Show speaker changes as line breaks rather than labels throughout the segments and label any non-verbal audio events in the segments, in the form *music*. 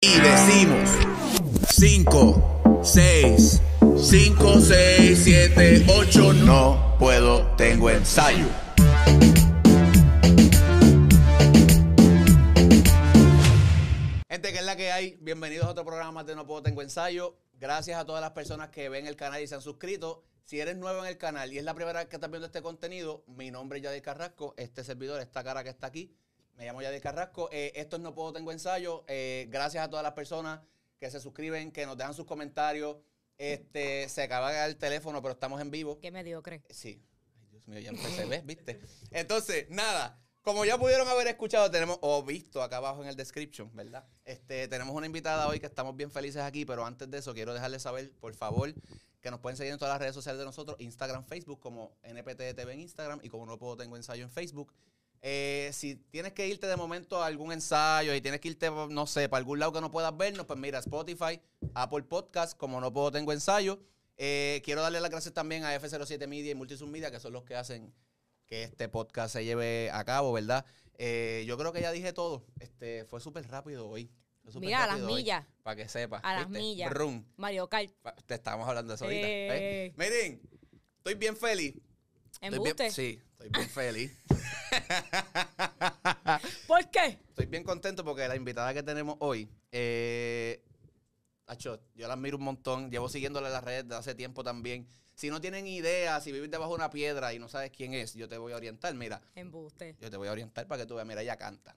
Y decimos 5, 6, 5, 6, 7, 8, no puedo, tengo ensayo.
Gente, que es la que hay. Bienvenidos a otro programa más de No Puedo Tengo Ensayo. Gracias a todas las personas que ven el canal y se han suscrito. Si eres nuevo en el canal y es la primera vez que estás viendo este contenido, mi nombre es Yadir Carrasco, este servidor, esta cara que está aquí. Me llamo Yadir Carrasco. Eh, esto es No Puedo Tengo Ensayo. Eh, gracias a todas las personas que se suscriben, que nos dejan sus comentarios. Este, se acaba de dar el teléfono, pero estamos en vivo.
Qué mediocre.
Sí. Ay, Dios mío, ya empecé, ¿ves? ¿Viste? Entonces, nada. Como ya pudieron haber escuchado, tenemos, o visto acá abajo en el description, ¿verdad? Este, tenemos una invitada hoy que estamos bien felices aquí, pero antes de eso quiero dejarles saber, por favor, que nos pueden seguir en todas las redes sociales de nosotros, Instagram, Facebook, como NPTTV E en Instagram y como no puedo tengo ensayo en Facebook. Eh, si tienes que irte de momento a algún ensayo y tienes que irte, no sé, para algún lado que no puedas vernos, pues mira, Spotify, Apple Podcast, como no puedo tengo ensayo. Eh, quiero darle las gracias también a F07 Media y Multisub Media, que son los que hacen que este podcast se lleve a cabo, ¿verdad? Eh, yo creo que ya dije todo. Este, fue súper rápido hoy. Fue súper
Mira, a las
rápido hoy,
millas.
Para que sepas.
A las millas.
Brum.
Mario Kart.
Pa- Te estábamos hablando de eso ahorita.
Eh.
¿eh? Miren, estoy bien feliz. Estoy bien,
Embuste.
sí, estoy bien feliz.
¿Por qué?
Estoy bien contento porque la invitada que tenemos hoy, eh, acho, yo la admiro un montón, llevo siguiéndola en las redes de hace tiempo también. Si no tienen idea, si vives debajo de una piedra y no sabes quién es, yo te voy a orientar. Mira,
Embuste.
yo te voy a orientar para que tú veas. Mira, ella canta,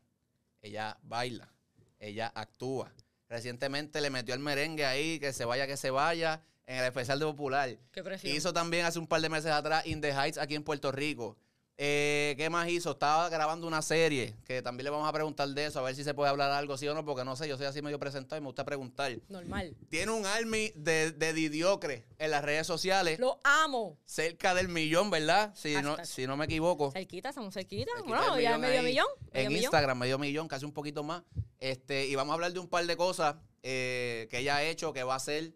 ella baila, ella actúa. Recientemente le metió el merengue ahí, que se vaya, que se vaya, en el especial de Popular.
Qué presión.
Hizo también hace un par de meses atrás In the Heights aquí en Puerto Rico. Eh, ¿Qué más hizo? Estaba grabando una serie que también le vamos a preguntar de eso, a ver si se puede hablar algo, sí o no, porque no sé, yo soy así medio presentado y me gusta preguntar.
Normal.
Tiene un army de, de didiocres en las redes sociales,
Lo amo.
cerca del millón, ¿verdad? Si, no,
Hashtag.
si no me equivoco.
Cerquita, son cerquita.
Cerquita
Bueno,
del
ya medio
ahí.
millón. Medio
En
millón.
Instagram, medio millón, casi un poquito más. Este, y vamos a hablar de un par de cosas eh, que ella ha hecho, que va a hacer.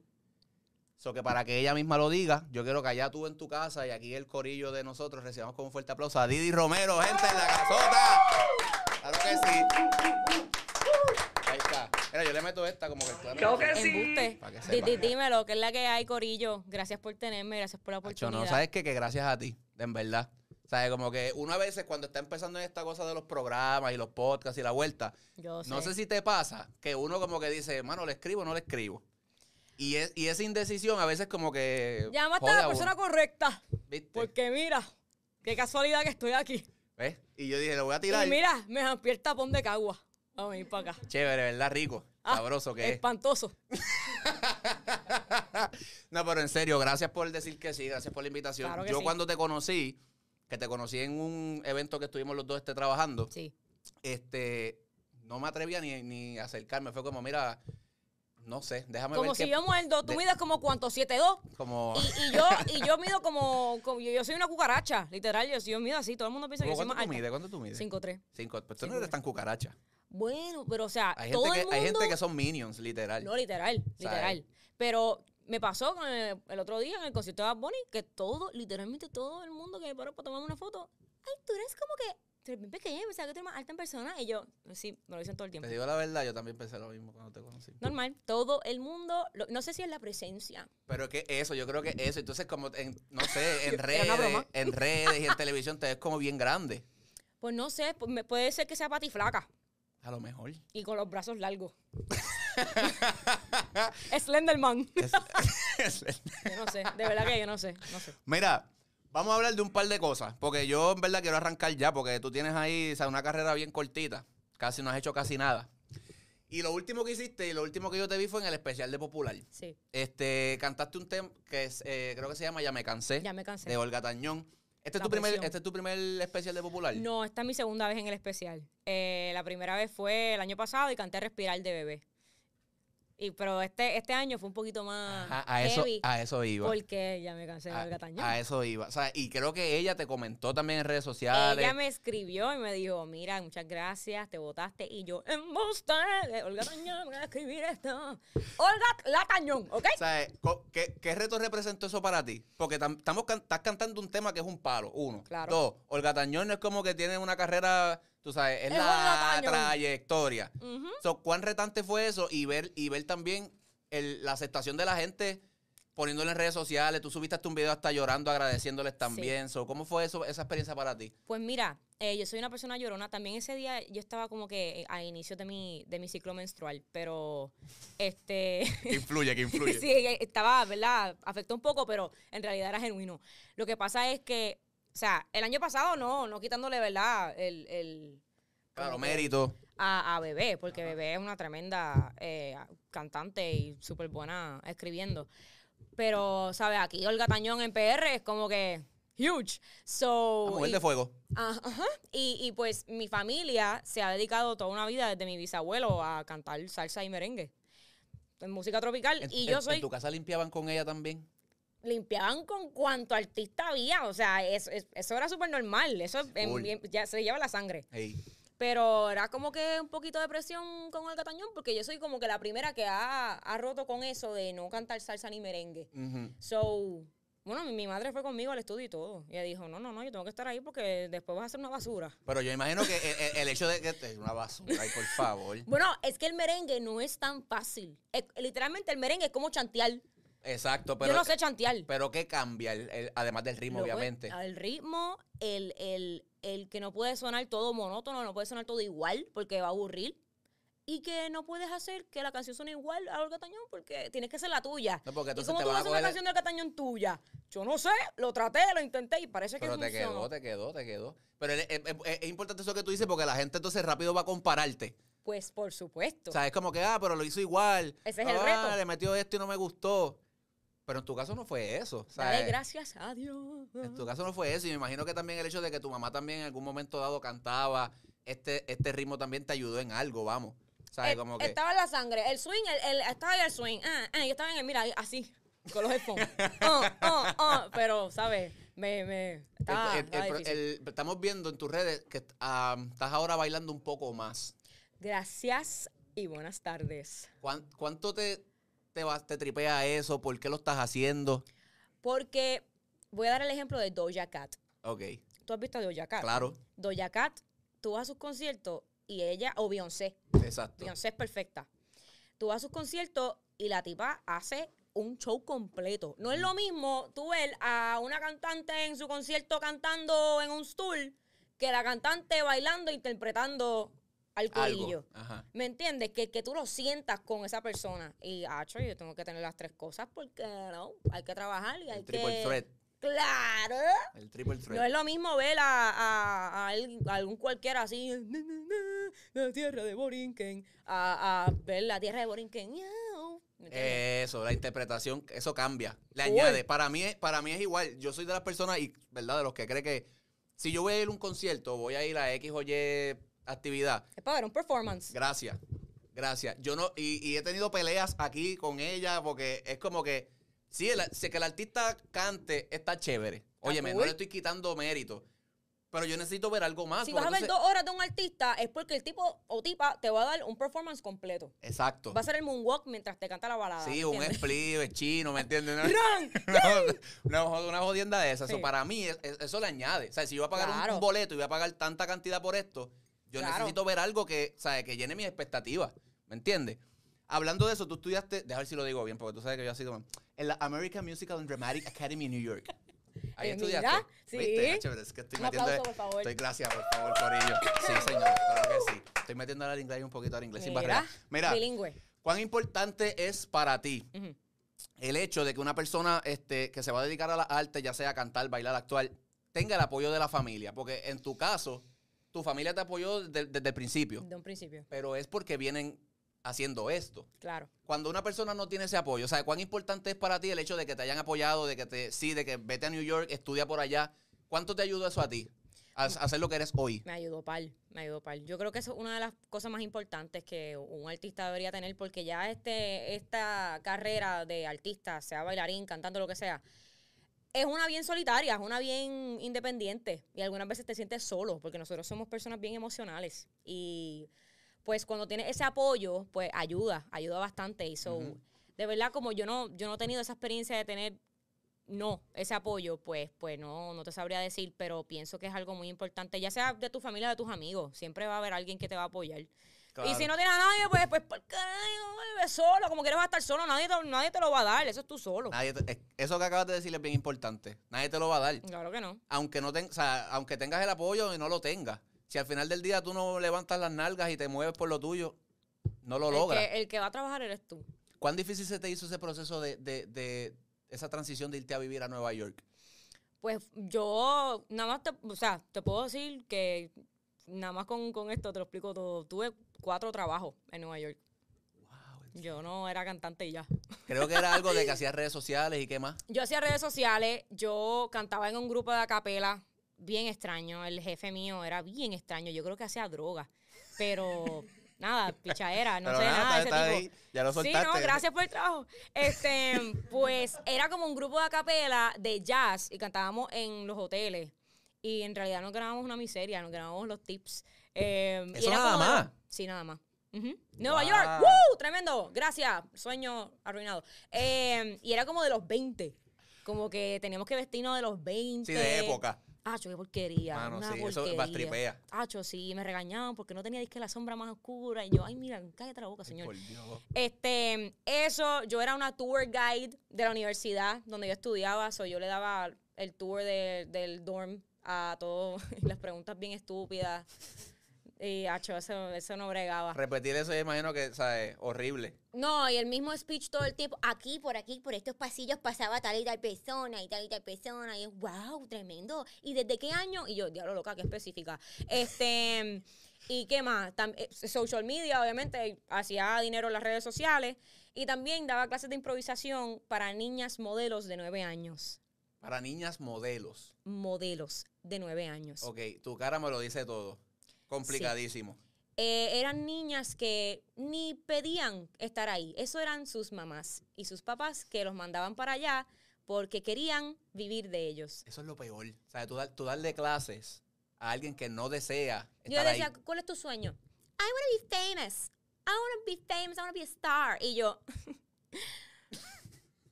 So que para que ella misma lo diga, yo quiero que allá tú en tu casa y aquí el corillo de nosotros recibamos con un fuerte aplauso a Didi Romero, gente en la casota. Claro que sí. Ahí está. Mira, yo le meto esta como que
Claro que sí.
Embuste.
Para que
Di-
sepa.
di- dímelo, que es la que hay, Corillo. Gracias por tenerme, gracias por la
Acho,
oportunidad.
no, ¿sabes qué? Que gracias a ti, en verdad. ¿Sabes? Como que una vez cuando está empezando esta cosa de los programas y los podcasts y la vuelta,
Yo sé.
No sé si te pasa que uno como que dice, mano, le escribo o no le escribo. Y, es, y esa indecisión a veces como que...
Llamaste
jode
a la
uno,
persona correcta.
¿viste?
Porque mira, qué casualidad que estoy aquí.
¿Ves? Y yo dije, lo voy a tirar.
Y mira, me amplié el tapón de cagua. Vamos a ir para acá.
Chévere, ¿verdad? Rico.
Ah,
sabroso que es.
Espantoso.
no, pero en serio, gracias por decir que sí, gracias por la invitación.
Claro que
yo
sí.
cuando te conocí, que te conocí en un evento que estuvimos los dos este, trabajando,
Sí.
este, no me atrevía ni, ni acercarme. Fue como, mira, no sé, déjame
Como
ver
si
qué-
yo muerdo, tú
de-
mides como cuánto, 7'2".
Como...
Y, y yo, y yo mido como, como- yo, yo soy una cucaracha, literal, yo, yo mido así, todo el mundo piensa que yo soy
¿Cuánto
más
tú mides?
alta.
¿Cuánto tú mides?
5'3".
Cinco. Pues tú
Sí,
no eres
porque-
tan cucaracha.
Bueno, pero o sea,
Hay
todo
gente, que,
el mundo,
hay gente que son minions, literal.
no literal, literal.
eh.
Pero me pasó con el, el otro día en el concierto de Bad Bunny que todo, literalmente todo el mundo que me paró para tomarme una foto, ay, tú eres como que tú eres bien pequeña, yo pensaba que tú eres más alta en persona y yo, sí, me lo dicen todo el tiempo.
Te digo la verdad, yo también pensé lo mismo cuando te conocí.
Normal, todo el mundo, lo- no sé si es la presencia.
Pero es que eso, yo creo que eso. Entonces, como, en, no
*laughs*
sé, en
Era una
redes,
broma.
en redes y en televisión te ves como bien grande.
Pues no sé, pues me- puede ser que sea patiflaca
A lo mejor.
y con los brazos largos. *laughs* Slenderman.
*laughs*
Yo no sé, de verdad que yo no sé, no sé.
Mira, vamos a hablar de un par de cosas. Porque yo, en verdad, quiero arrancar ya. Porque tú tienes ahí, o sea, una carrera bien cortita. Casi no has hecho casi nada. Y lo último que hiciste y lo último que yo te vi fue en el especial de Popular.
Sí,
Este, cantaste un tema que es, eh, creo que se llama Ya me cansé.
ya me cansé.
de Olga Tañón. Este es,
La
tu primer,
presión.
este es tu primer especial de popular.
No, esta es mi segunda vez en el especial. Eh, la primera vez fue el año pasado y canté Respirar de bebé. Y, pero este, este año fue un poquito más
Ajá, Ah, a, eso,
heavy
a eso iba. Ah,
porque ya me cansé de Olga Tañón.
a, a eso iba. O sea, y creo que ella te comentó también en redes sociales.
Ella me escribió y me dijo, mira, muchas gracias, te votaste. Y yo, embuste, de Olga Tañón, voy a escribir esto. Olga La Tañón,
*laughs*
¿ok?
O sea, co- ¿qué, qué reto representó eso para ti? Porque tam- estamos can- estás cantando un tema que es un palo, uno.
Claro.
Dos, Olga Tañón no es como que tiene una carrera, Tú sabes, es
Es un
la
ataño.
trayectoria.
Ujú.
So, ¿Cuán retante fue eso? Y ver, y ver también el- la aceptación de la gente poniéndole en redes sociales. Tú subiste hasta un video hasta llorando, agradeciéndoles también. So, ¿Cómo fue eso, esa experiencia para ti?
Pues mira, eh, yo soy una persona llorona. También ese día yo estaba como que eh, a inicio de mi, de mi ciclo menstrual, pero este...
Que influye, que influye.
*laughs* sí, eh, estaba, ¿verdad? Afectó un poco, pero en realidad era genuino. Lo que pasa es que, o sea, el año pasado no, no quitándole, ¿verdad? El, el-
Claro,
como que
mérito.
A, a Bebé, porque Bebé es una tremenda eh, cantante y súper buena escribiendo. Pero, ¿sabes? Aquí Olga Tañón en PR es como que huge. So,
La mujer
y-
de fuego.
Ajá. Y, y pues mi familia se ha dedicado toda una vida desde mi bisabuelo a cantar salsa y merengue. En música tropical.
En,
y
en-
yo soy.
en tu casa limpiaban con ella también.
Limpiaban con cuanto artista había. O sea, eso, es- eso era súper normal. Eso es- en-
Full.
bien- ya se lleva la sangre.
Ey.
Pero era como que un poquito de presión con el catañón, porque yo soy como que la primera que ha, ha roto con eso de no cantar salsa ni merengue.
Ujú.
So, bueno, mi, mi madre fue conmigo al estudio y todo. Y ella dijo, no, no, no, yo tengo que estar ahí porque después vas a hacer una basura.
Pero yo imagino que el, el- el hecho de que es una basura, ay, por
*laughs*
favor.
Bueno, es que el merengue no es tan fácil. Eh, literalmente el merengue es como chantear.
Exacto, pero
Yo no sé chantear.
pero qué cambia el- el- además del ritmo,
Loco,
obviamente.
El ritmo, el, el, el que no puede sonar todo monótono, no puede sonar todo igual porque va a aburrir. Y que no puedes hacer que la canción suene igual a Olga Tañón porque tienes que ser la tuya.
No, porque
¿Y
entonces
cómo
te
tú
vas a
vas a hacer una
coger-
canción de Olga Tañón tuya? Yo no sé, lo traté, lo intenté y parece que
Pero te
funcionó.
quedó, te quedó, te quedó. Pero el- el- el- es, importante eso que tú dices porque la gente entonces rápido va a compararte.
Pues por supuesto.
O sea, es como que, ah, pero lo hizo igual.
Ese es el
Ah,
reto.
le metió esto y no me gustó. Pero en tu caso no fue eso. o sea,
Dale
eh,
gracias a Dios.
En tu caso no fue eso. Y me imagino que también el hecho de que tu mamá también en algún momento dado cantaba, este, este ritmo también te ayudó en algo, vamos. ¿Sabes?
Eh,
como que.
Estaba en la sangre. El swing, el, el- estaba ahí el swing. Ah, ah, yo estaba en el, mira, ahí, así, con
*laughs*
los headphones. Ah, ah, ah, pero, ¿sabes? Me, me,
El-
estaba-
el- el-
estaba ah, difícil.
el- estamos viendo en tus redes que ah, estás ahora bailando un poco más.
Gracias y buenas tardes.
¿Cuán- ¿Cuánto te, te, vas- te tripea eso? ¿Por qué lo estás haciendo?
Porque voy a dar el ejemplo de Doja Cat.
Ok,
¿Tú has visto a Doja Cat?
claro.
Doja Cat, tú vas a sus conciertos y ella, o Beyoncé,
Exacto.
Beyoncé es perfecta. Tú vas a sus conciertos y la tipa hace un show completo. No es lo mismo tú ver a una cantante en su concierto cantando en un tour que la cantante bailando, interpretando al corillo.
Algo. Ajá.
¿Me entiendes? Que, que tú lo sientas con esa persona. Y, acho, yo tengo que tener las tres cosas porque, no, hay que trabajar y hay
El triple
que...
threat.
¡Claro!
El triple
No es
threat.
lo mismo ver a, a- a alguien- a algún cualquiera así, "Na, na, na, la tierra de Borinquen, a, a ver la tierra de Borinquen. miau. ¿Me entiendes?
Eso, la interpretación, eso cambia. Le
Uy.
añade. Para mí, es- para mí es igual. Yo soy de las personas, y, ¿verdad? De los que cree que si yo voy a ir a un concierto, voy a ir a X o Y actividad.
Es para ver un performance.
Gracias. Gracias. Yo no, y, y he tenido peleas aquí con ella porque es como que, sí, el- sé que el artista cante está chévere. Óyeme, no
cool.
le estoy quitando mérito, pero yo necesito ver algo más.
Si vas
porque
a ver
entonces-
dos horas de un artista, es porque el tipo o tipa te va a dar un performance completo.
Exacto.
Va a ser el moonwalk mientras te canta la balada.
Sí,
¿me
un e-
entiendes? ¡Ah!
explive chino, ¿me
*laughs*
entiendes? No,
¡Ran!
una, jod- una jodienda de esas. Eso
Sí.
para mí, es- es- eso le añade. O sea, si yo voy a pagar un-
Claro.
un boleto y voy a pagar tanta cantidad por esto, yo
Claro.
necesito ver algo que, o sea, que llene mis expectativas. ¿Me entiendes? Hablando de eso, tú estudiaste, déjame ver si lo digo bien, porque tú sabes que yo he sido en la American Musical and Dramatic Academy en New York. Ahí
Eh,
estudiaste.
mira, sí.
¿Viste? Ah, chévere, es que estoy
Un
metiendo-
aplauso, por favor.
Estoy, gracias, por favor, Corillo. Sí, señor, claro que sí. Estoy metiendo al inglés y un poquito al inglés sin barrera. Mira,
bilingüe.
¿Cuán importante es para ti
Ujú.
el hecho de que una persona este, que se va a dedicar a la arte, ya sea cantar, bailar, actuar, tenga el apoyo de la familia? Porque en tu caso, tu familia te apoyó desde, desde el principio,
De un principio,
pero es porque vienen haciendo esto.
claro.
Cuando una persona no tiene ese apoyo, o sea, ¿cuán importante es para ti el hecho de que te hayan apoyado, de que te, sí, de que vete a New York, estudia por allá? ¿Cuánto te ayudó eso a ti? A, a hacer lo que eres hoy.
Me ayudó pal, me ayudó pal. Yo creo que eso es una de las cosas más importantes que un artista debería tener porque ya este esta carrera de artista, sea bailarín, cantando, lo que sea, es una bien solitaria, es una bien independiente y algunas veces te sientes solo porque nosotros somos personas bien emocionales y pues cuando tienes ese apoyo, pues ayuda, ayuda bastante y so,
Ujú.
de verdad como yo no yo no he tenido esa experiencia de tener no ese apoyo, pues, pues no, no te sabría decir, pero pienso que es algo muy importante, ya sea de tu familia o de tus amigos. Siempre va a haber alguien que te va a apoyar.
Claro.
Y si no tienes a nadie, pues, pues, ¿por qué no vives solo? Como quieres vas a estar solo, nadie te, nadie te lo va a dar, eso es tú solo.
Nadie te- eh, eso que acabas de decir es bien importante. Nadie te lo va a dar.
Claro que no.
Aunque, no ten- o sea, aunque tengas el apoyo y no lo tengas. Si al final del día tú no levantas las nalgas y te mueves por lo tuyo, no lo
El
logras.
que, eh, el que va a trabajar eres tú.
¿Cuán difícil se te hizo ese proceso de, de- de esa transición de irte a vivir a Nueva York?
Pues yo nada más te, o sea, te puedo decir que nada más con, con esto te lo explico todo. Tuve cuatro trabajos en Nueva York. Yo no era cantante y ya.
Creo que era algo
*laughs*
de que hacías redes sociales y qué más.
Yo hacía redes sociales, yo cantaba en un grupo de acapela bien extraño. El jefe mío era bien extraño. Yo creo que hacía droga. Pero nada, pichadera, no
Pero
sé
nada,
nada de ese
está- está
tipo.
ahí, ya lo
Sí,
soltaste.
no, gracias por el trabajo.
*laughs*
Este, pues era como un grupo de acapela de jazz y cantábamos en los hoteles. Y en realidad nos grabamos una miseria, nos grabamos los tips. Eh, y
Eso
era
nada
como de-
más.
Sí, nada más. Ujú. Nueva
Wow.
York, ¡woo! Tremendo, gracias, sueño arruinado. Eh, y era como de los 20, como que teníamos que vestirnos de los 20.
Sí, de época.
Acho, qué porquería.
Mano,
eh, una
sí, eso
porquería.
bastripea.
Acho, sí, me regañaban porque no tenía disque la sombra más oscura. Y yo, ay, mira, cállate la boca, señor.
Por Dios.
Este, eso, yo era una tour guide de la universidad donde yo estudiaba, so yo le daba el tour de- del dorm a todos, *laughs* y las preguntas bien estúpidas. Y acho, eso, eso no bregaba.
Repetir eso, yo imagino que, ¿sabes? Horrible.
No, y el mismo speech todo el tiempo.
Aquí, por aquí, por estos pasillos pasaba tal y tal persona y tal y tal persona. Y yo, wow, tremendo.
¿Y desde qué año? Y yo, diablo loca, qué específica. Este, ¿y qué más? Tam- eh, social media, obviamente, hacía dinero en las redes sociales. Y también daba clases de improvisación para niñas modelos de nueve años.
Para niñas modelos.
Modelos de nueve años.
Ok, tu cara me lo dice todo. Complicadísimo.
eh, eran niñas que ni pedían estar ahí. Eso eran sus mamás y sus papás que los mandaban para allá porque querían vivir de ellos.
Eso es lo peor. O sea, tú, dar- tú darle clases a alguien que no desea
Yo
estar
les decía,
*laughs* ahí.
¿cuál es tu sueño?
I wanna be famous. I wanna be famous. I wanna be a star.
Y yo,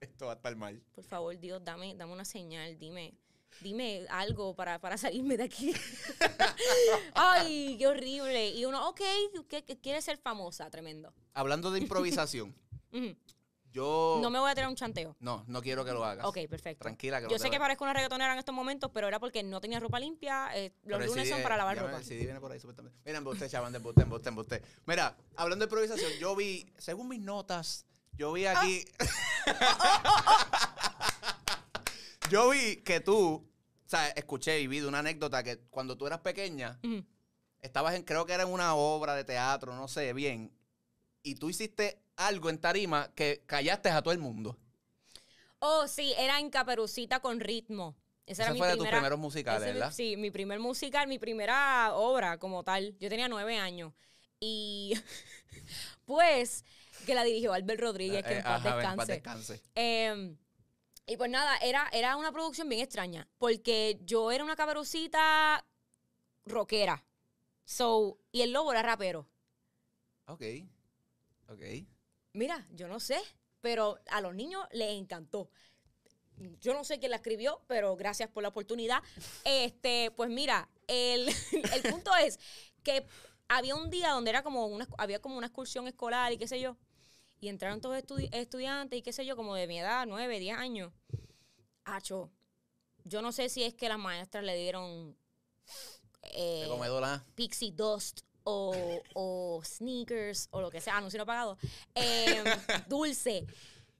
Esto va a estar mal.
por favor, Dios, dame, dame una señal, dime, dime algo para, para salirme
*laughs*
de aquí. Ay, qué horrible. Y uno, ok, ¿qué- qué- quieres ser famosa, tremendo.
Hablando de
*laughs*
improvisación,
Ujú.
yo...
No me voy a tirar un chanteo.
No, no quiero que lo hagas.
Ok, perfecto.
Tranquila que no
Yo
te
sé que
voy a-
parezco una reggaetonera en estos momentos, pero era porque no tenía ropa limpia. eh, los
Pero el
lunes
CD
son para lavar
ya me-
ropa.
El CD viene por ahí supuestamente. Mira, embuste, *laughs* chaval, embuste, embuste, embuste. Mira, hablando de improvisación, yo vi, según mis notas, yo vi
Ah.
aquí... *laughs* yo vi que tú, o sea, escuché y vi de una anécdota que cuando tú eras pequeña,
Ujú.
estabas en, creo que era en una obra de teatro, no sé bien, y tú hiciste algo en tarima que callaste a todo el mundo.
Oh, sí, era en Caperucita con ritmo.
Ese
Esa era mi
fue de tus
primera,
primeros musicales,
ese es mi-
¿verdad?
Sí, mi primer musical, mi primera obra como tal. Yo tenía nueve años. Y *laughs* pues, que la dirigió Albert Rodríguez, que
Eh,
en paz
ajá, en paz
descanse.
descanse.
Eh, y pues nada, era, era una producción bien extraña, porque yo era una caperucita rockera. So, y el lobo era rapero.
Ok, ok.
Mira, yo no sé, pero a los niños les encantó. Yo no sé quién la escribió, pero gracias por la oportunidad. Este, pues mira, el, *laughs* el punto es que había un día donde era como una, había como una excursión escolar y qué sé yo. Y entraron todos estudi- estudiantes y qué sé yo, como de mi edad, nueve, diez años. Acho, yo no sé si es que las maestras le dieron eh,
Te comedora.
Pixie Dust o, o Sneakers o lo que sea, anuncio no pagado, eh, dulce.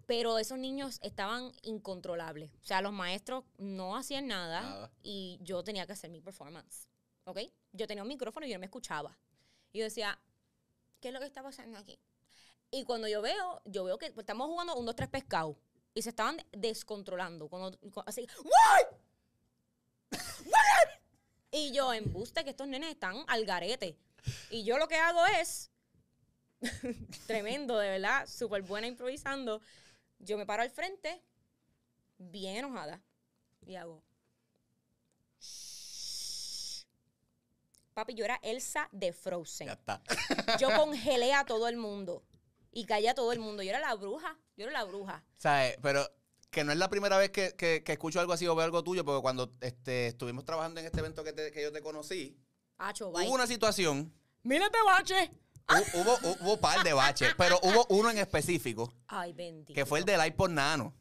Pero esos niños estaban incontrolables. O sea, los maestros no hacían nada,
Nada.
y yo tenía que hacer mi performance. ¿Ok? Yo tenía un micrófono y yo no me escuchaba. Y yo decía, ¿qué es lo que está pasando aquí? Y cuando yo veo, yo veo que pues, estamos jugando un, dos, tres pescados. Y se estaban descontrolando. Cuando, cu- así, ¡Guay! ¡Guay! Y yo, embuste que estos nenes están al garete. Y yo lo que hago es, *laughs* tremendo, de verdad, súper buena improvisando. Yo me paro al frente, bien enojada, y hago. Papi, yo era Elsa de Frozen.
Ya está. *laughs*
Yo congelé a todo el mundo. Y callé a todo el mundo. Yo era la bruja. Yo era la bruja.
¿Sabes? eh, Pero que no es la primera vez que, que- que escucho algo así o veo algo tuyo, porque cuando este, estuvimos trabajando en este evento que, te- que yo te conocí,
Acho, bye.
hubo una situación,
Mira este bache.
hu- hubo, hubo, par de baches, pero hubo uno en específico,
Ay, bendito.
que fue el del iPod Nano.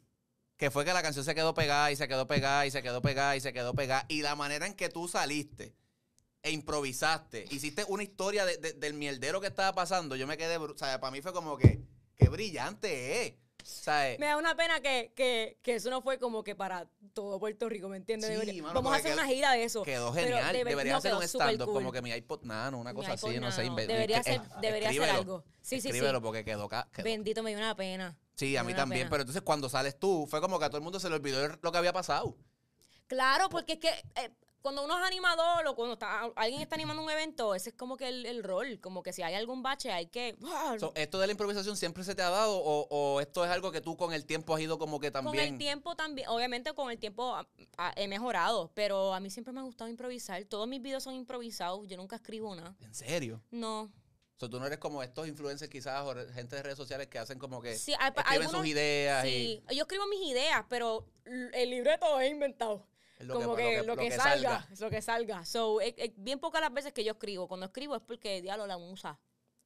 Que fue que la canción se quedó pegada y se quedó pegada y se quedó pegada y se quedó pegada. Y la manera en que tú saliste e improvisaste, hiciste una historia de- de- del mierdero que estaba pasando. Yo me quedé, bru- o sea, para mí fue como que, qué brillante es. O sea,
Me da una pena que, que, que eso no fue como que para todo Puerto Rico, ¿me entiendes?
Sí,
Debería-
mano,
vamos a
porque
hacer
quedó-
una gira de eso.
Quedó
Pero
genial.
debe-
debería
no,
hacer
quedó
un
súper
stand-up, como
cool.
que mi iPod Nano, una
Mi
cosa
iPod
así, no sé.
Nano.
inve-
Debería
eh,
ser- debería ser
escríbelo,
algo. Sí, sí, sí.
escríbelo porque quedó. ca- quedó-
Bendito me dio una pena.
Sí, a
Me
mí
dio una
también.
pena.
Pero entonces cuando sales tú, fue como que a todo el mundo se le olvidó el- lo que había pasado.
Claro, porque es que eh, cuando uno es animador o cuando está, alguien está animando un evento, ese es como que el, el rol. Como que si hay algún bache, hay que.
So, ¿Esto de la improvisación siempre se te ha dado o, o esto es algo que tú con el tiempo has ido como que también?
Con el tiempo también, obviamente con el tiempo ah, ah, he mejorado, pero a mí siempre me ha gustado improvisar. Todos mis videos son improvisados, yo nunca escribo nada.
¿En serio?
No.
O sea, tú no eres como estos influencers quizás o re- gente de redes sociales que hacen como que
Sí, hay-
Eh, escriben
algunos-
sus ideas
Sí, yo escribo mis ideas, pero l- el libreto es inventado.
y lo
como que, lo, que,
que
salga, es lo que salga. So, es- es bien pocas las veces que yo escribo. Cuando escribo es porque diablo la usa.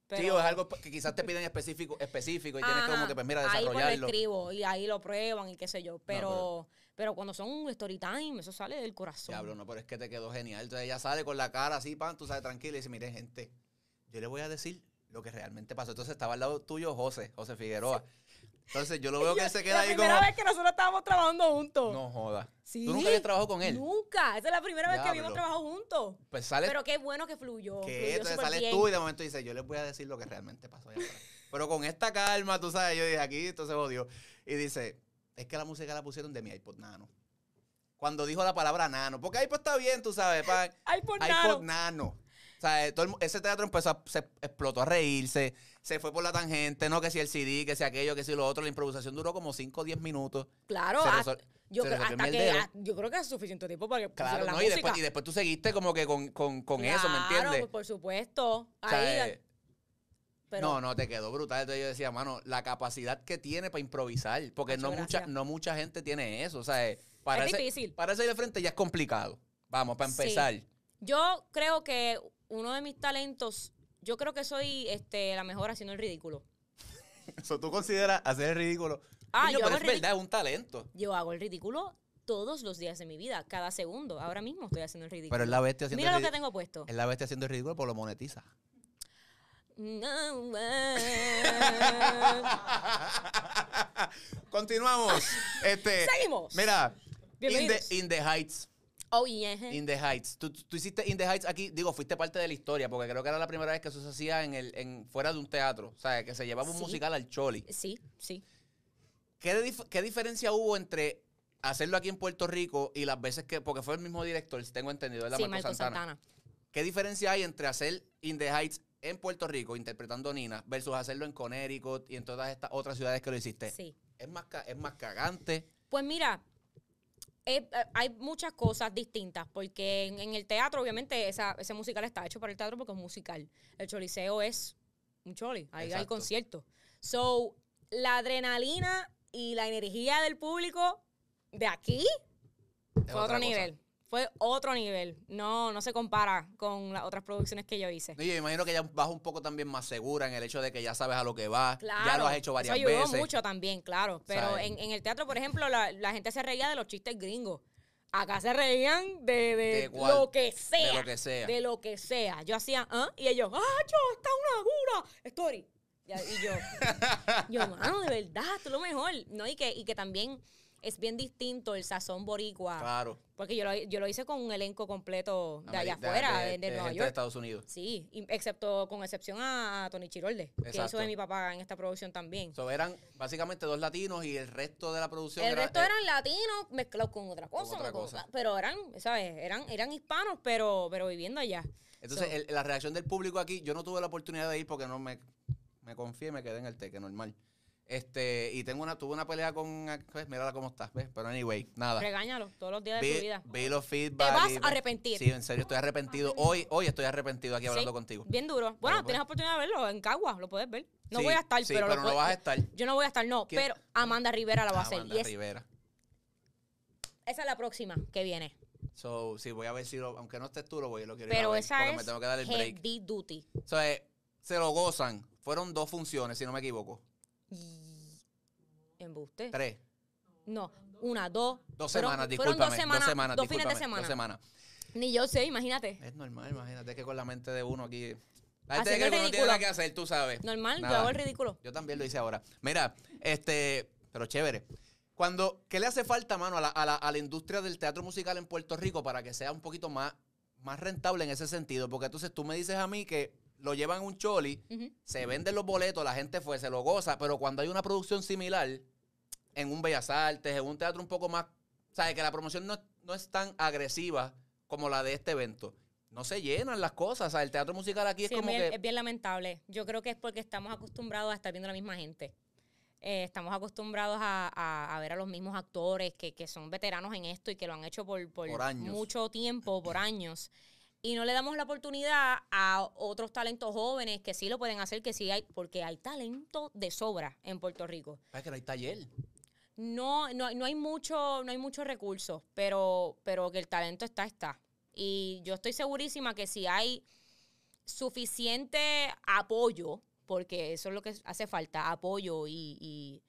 Pero,
Sí, o es algo que quizás te piden específico, específico y tienes
Ajá,
como que, pues mira,
ahí pues lo
desarrollarlo.
escribo y ahí lo prueban y qué sé yo. Pero,
pero-
pero, cuando son un story time, eso sale del corazón.
Diablo, no, pero es que te quedó genial. Entonces ella sale con la cara así, pan, tú sabes, tranquila, y dice, mire, gente, yo le voy a decir lo que realmente pasó. Entonces estaba al lado tuyo José, José Figueroa. Entonces yo lo veo que él se queda
*laughs* la
ahí como,
primera vez que nosotros estábamos trabajando juntos.
no joda.
Sí.
Tú nunca habías trabajado con él.
Nunca. Esa es la primera vez que
Diablo.
habíamos trabajado juntos.
Pues sales,
Pero qué bueno que fluyó.
que
fluyó
entonces
súper
sales
bien.
tú y de momento dices, yo les voy a decir lo que realmente pasó. allá atrás". Pero con esta calma, tú sabes, yo dije, aquí esto se jodió. Y dice, es que la música la pusieron de mi iPod nano. Cuando dijo la palabra nano, porque iPod está bien, tú sabes, pan.
Ay, por
iPod
nada.
Nano. O sea, eh, todo el mu- ese teatro empezó a- se explotó a reírse, se fue por la tangente, no que si el CD, que si aquello, que si lo otro. La improvisación duró como 5 o 10 minutos.
Claro,
Se
hasta-
resol-
yo,
se
creo,
resolvió en
hasta que,
mierdero.
ah, yo creo que es suficiente tiempo para que
Claro,
pusiera la
¿no? Y
música.
después, y después tú seguiste como que con, con- con eso, ¿me
Claro,
entiendes?
pues, por supuesto.
O sea,
Ahí,
eh,
pero
No, no, te quedó brutal. Entonces yo decía, mano, la capacidad que tiene para improvisar, porque
Hacho,
no mucha,
gracias.
no mucha gente tiene eso. O sea, eh, para,
Es
ese-
difícil.
para ese de frente ya es complicado. Vamos, para
Sí.
empezar.
yo creo que uno de mis talentos, yo creo que soy este, la mejor haciendo el ridículo.
Eso tú consideras hacer el ridículo.
Ah,
Coño,
yo
pero
hago
es
el ridic-
verdad, es un talento.
Yo hago el ridículo todos los días de mi vida, cada segundo. Ahora mismo estoy haciendo el ridículo.
Pero es la bestia haciendo
Mira
el
lo que
ridi-
tengo puesto.
Es la bestia haciendo el ridículo, pero lo monetiza.
No, ah.
*laughs*
*laughs*
Continuamos. este,
Seguimos.
Mira, in the,
Bienvenidos.
in the Heights.
Oh, yeah.
In the Heights. Tú, tú hiciste In the Heights aquí, digo, fuiste parte de la historia, porque creo que era la primera vez que eso se hacía en el, en, fuera de un teatro. O sea, que se llevaba un
Sí.
musical al Choli.
Sí, sí.
¿Qué, de dif- qué diferencia hubo entre hacerlo aquí en Puerto Rico y las veces que, porque fue el mismo director, si tengo entendido, ¿verdad?
Sí,
Marco, Santana. ¿Qué diferencia hay entre hacer In the Heights en Puerto Rico, interpretando a Nina, versus hacerlo en Connecticut y en todas estas otras ciudades que lo hiciste?
Sí.
Es más, ca- es más cagante.
Pues mira, eh, eh, hay muchas cosas distintas, porque en, en el teatro, obviamente, esa, ese musical está hecho para el teatro porque es musical. El choliseo es un choli, ahí hay
Exacto.
conciertos. So, la adrenalina y la energía del público de aquí
Es
fue
otra
otro
cosa.
nivel. Fue otro nivel. No, no se compara con las otras producciones que yo hice.
Y yo imagino que ya vas un poco también más segura en el hecho de que ya sabes a lo que vas.
Claro.
Ya lo has hecho varias
eso ayudó
veces.
mucho también, claro. Pero
¿Sabes?
en, en el teatro, por ejemplo, la, la gente se reía de los chistes gringos. Acá se reían de, de
De cual-
lo que sea.
de lo que sea.
De lo que sea. Yo hacía, ¿ah? Y ellos, ¡ah, yo, está una dura! Story. Y, y
*laughs*
yo, yo, mano, de verdad, tú lo mejor. ¿No? Y que, y que también es bien distinto el sazón boricua.
Claro.
Porque yo lo, yo lo hice con un elenco completo de allá
Ameri-
afuera, de,
de-
de
de
Nueva
gente de
York.
Estados Unidos.
Sí, y- excepto con excepción a, a Tony Chirolde, que
Exacto.
hizo de mi papá en esta producción también.
So, eran básicamente dos latinos y el resto de la producción
el
era-
resto
eh,
eran latinos mezclados con otra cosa,
otra
con-
cosa.
pero eran, ¿sabes? Eran, eran hispanos, pero, pero viviendo allá.
Entonces,
So,
el- la reacción del público aquí, yo no tuve la oportunidad de ir porque no me, me confié y me quedé en el teque normal. Este, y tengo una, tuve una pelea con, pues, mírala cómo estás, ¿ves? Pero anyway, nada.
regáñalo todos los días de tu
Vi,
vida.
vi los feedback.
Te vas
y-
a arrepentir.
Sí, en serio, estoy arrepentido. Hoy, hoy estoy arrepentido aquí hablando
Sí,
contigo.
Bien duro.
Pero,
Bueno,
pues,
tienes oportunidad de verlo en Cagua, lo puedes ver. No
Sí,
voy a estar,
sí,
pero, lo
pero no
puedes-
vas a estar.
Yo no voy a estar, no,
¿Quién?
pero Amanda Rivera la va a hacer.
Amanda
y es
Rivera.
Esa es la próxima que viene.
So, sí, voy a ver si lo, aunque no estés tú, lo voy, lo quiero ir a
Pero
ver,
esa
porque
es
me tengo que dar el break.
heavy duty.
So, eh, se lo gozan. Fueron dos funciones, si no me equivoco.
Y- Embuste.
Tres.
No, una, dos.
Dos
Fueron-
semanas,
fueron
discúlpame.
dos semanas, dos fines de
discúlpame,
semana.
Dos semanas.
Ni yo sé, imagínate.
Es normal, imagínate que con la mente de uno aquí. La gente
Haciendo
cree que uno
el Ah, ridículo.
tiene nada que hacer, tú sabes.
Normal, yo
Nada.
hago el ridículo.
Yo también lo hice ahora. Mira, este, pero chévere. Cuando, ¿qué le hace falta, mano, a la, a la- a la industria del teatro musical en Puerto Rico para que sea un poquito más, más rentable en ese sentido? Porque entonces tú me dices a mí que lo llevan un choli,
Ujú.
se venden los boletos, la gente fue, se lo goza, pero cuando hay una producción similar en un Bellas Artes, en un teatro un poco más, ¿sabes? Que la promoción no, no es tan agresiva como la de este evento. No se llenan las cosas, o sea, el teatro musical aquí
Sí, eh,
es como
bien,
que...
es bien lamentable. Yo creo que es porque estamos acostumbrados a estar viendo a la misma gente. Eh, estamos acostumbrados a, a- a ver a los mismos actores que, que son veteranos en esto y que lo han hecho por, por
Por años.
mucho tiempo, por años. Y no le damos la oportunidad a otros talentos jóvenes que sí lo pueden hacer, que sí hay, porque hay talento de sobra en Puerto Rico.
Es que no hay taller.
No, no, no hay mucho, no hay muchos recursos, pero, pero que el talento está, está. Y yo estoy segurísima que si hay suficiente apoyo, porque eso es lo que hace falta, apoyo y, y,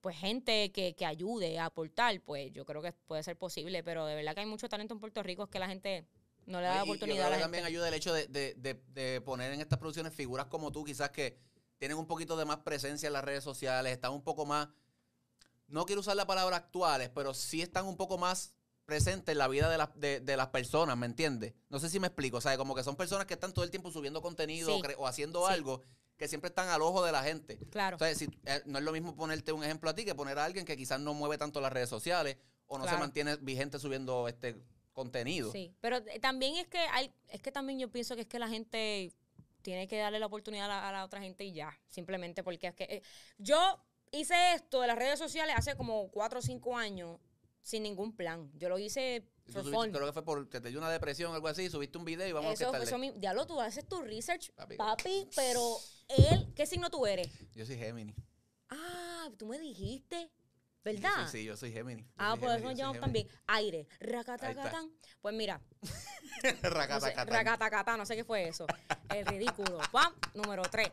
pues gente que, que ayude a aportar, pues yo creo que puede ser posible, pero de verdad que hay mucho talento en Puerto Rico, es que la gente no le da
Y-
la
y yo
oportunidad
creo
a la
que
gente.
también ayuda el hecho de, de- de- de poner en estas producciones figuras como tú, quizás que tienen un poquito de más presencia en las redes sociales, están un poco más, no quiero usar la palabra actuales, pero sí están un poco más presentes en la vida de, las- de- de las personas, ¿me entiendes? No sé si me explico, o sea, como que son personas que están todo el tiempo subiendo contenido
Sí.
o cre- o haciendo
Sí.
algo que siempre están al ojo de la gente.
Claro.
O sea, si- eh, no es lo mismo ponerte un ejemplo a ti que poner a alguien que quizás no mueve tanto las redes sociales o no se
Claro.
mantiene vigente subiendo este contenido.
Sí, pero eh, también es que hay, es que también yo pienso que es que la gente tiene que darle la oportunidad a la, a la otra gente y ya, simplemente porque es que eh, yo hice esto de las redes sociales hace como cuatro o cinco años sin ningún plan. Yo lo hice
Y tú
for
subiste-
fun.
creo que fue porque te dio una depresión o algo así, subiste un video y vamos
Eso,
a
fue-
quitarle.
eso mi, diablo, tú haces tu research,
Papi.
papi. pero él, ¿qué signo tú eres?
Yo soy Géminis.
Ah, tú me dijiste,
Yo soy-
¿verdad?
sí, yo soy Géminis. Yo
Ah,
soy
pues eso
Géminis,
nos
yo soy
llamamos también aire, racatacatán. Pues mira,
Géminis. *laughs*
No sé,
Racatacatán.
Racatacatá, no sé qué fue eso. El ridículo. *laughs* Pam, número tres.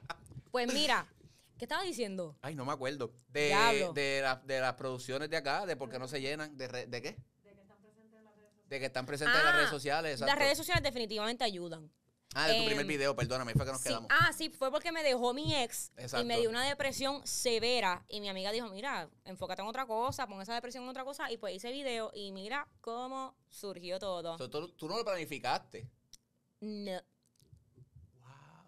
Pues mira, ¿qué estaba diciendo?
Ay, no me acuerdo. De,
Diablo.
de, la- de las producciones de acá, de por qué no se llenan. ¿De, re- de qué? De que están presentes en las
Ah,
redes sociales.
Las
exacto.
redes sociales definitivamente ayudan.
Ah, de tu
em,
primer video, perdóname, fue que nos
Sí.
quedamos.
Ah, sí, fue porque me dejó mi ex
Exacto.
y me dio una depresión severa. Y mi amiga dijo, mira, enfócate en otra cosa, pon esa depresión en otra cosa. Y pues hice video y mira cómo surgió todo.
So, tú, tú no lo planificaste. Ah,
no,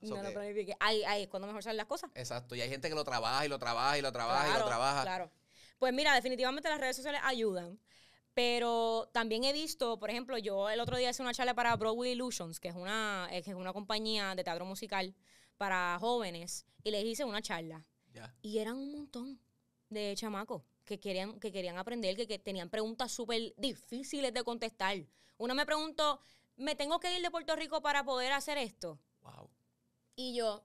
So
no
que-
lo planifiqué. Ahí, ahí es cuando mejor salen las cosas.
Exacto, y hay gente que lo trabaja y lo trabaja y lo trabaja y lo
Claro,
trabaja.
Claro. Pues mira, definitivamente las redes sociales ayudan. Pero también he visto, por ejemplo, yo el otro día hice una charla para Broadway Illusions, que es una, eh, que es una compañía de teatro musical para jóvenes, y les hice una charla.
Ya.
Y eran un montón de chamacos que querían, que querían aprender, que, que tenían preguntas súper difíciles de contestar. Una me preguntó, ¿me tengo que ir de Puerto Rico para poder hacer esto?
Wow.
Y yo,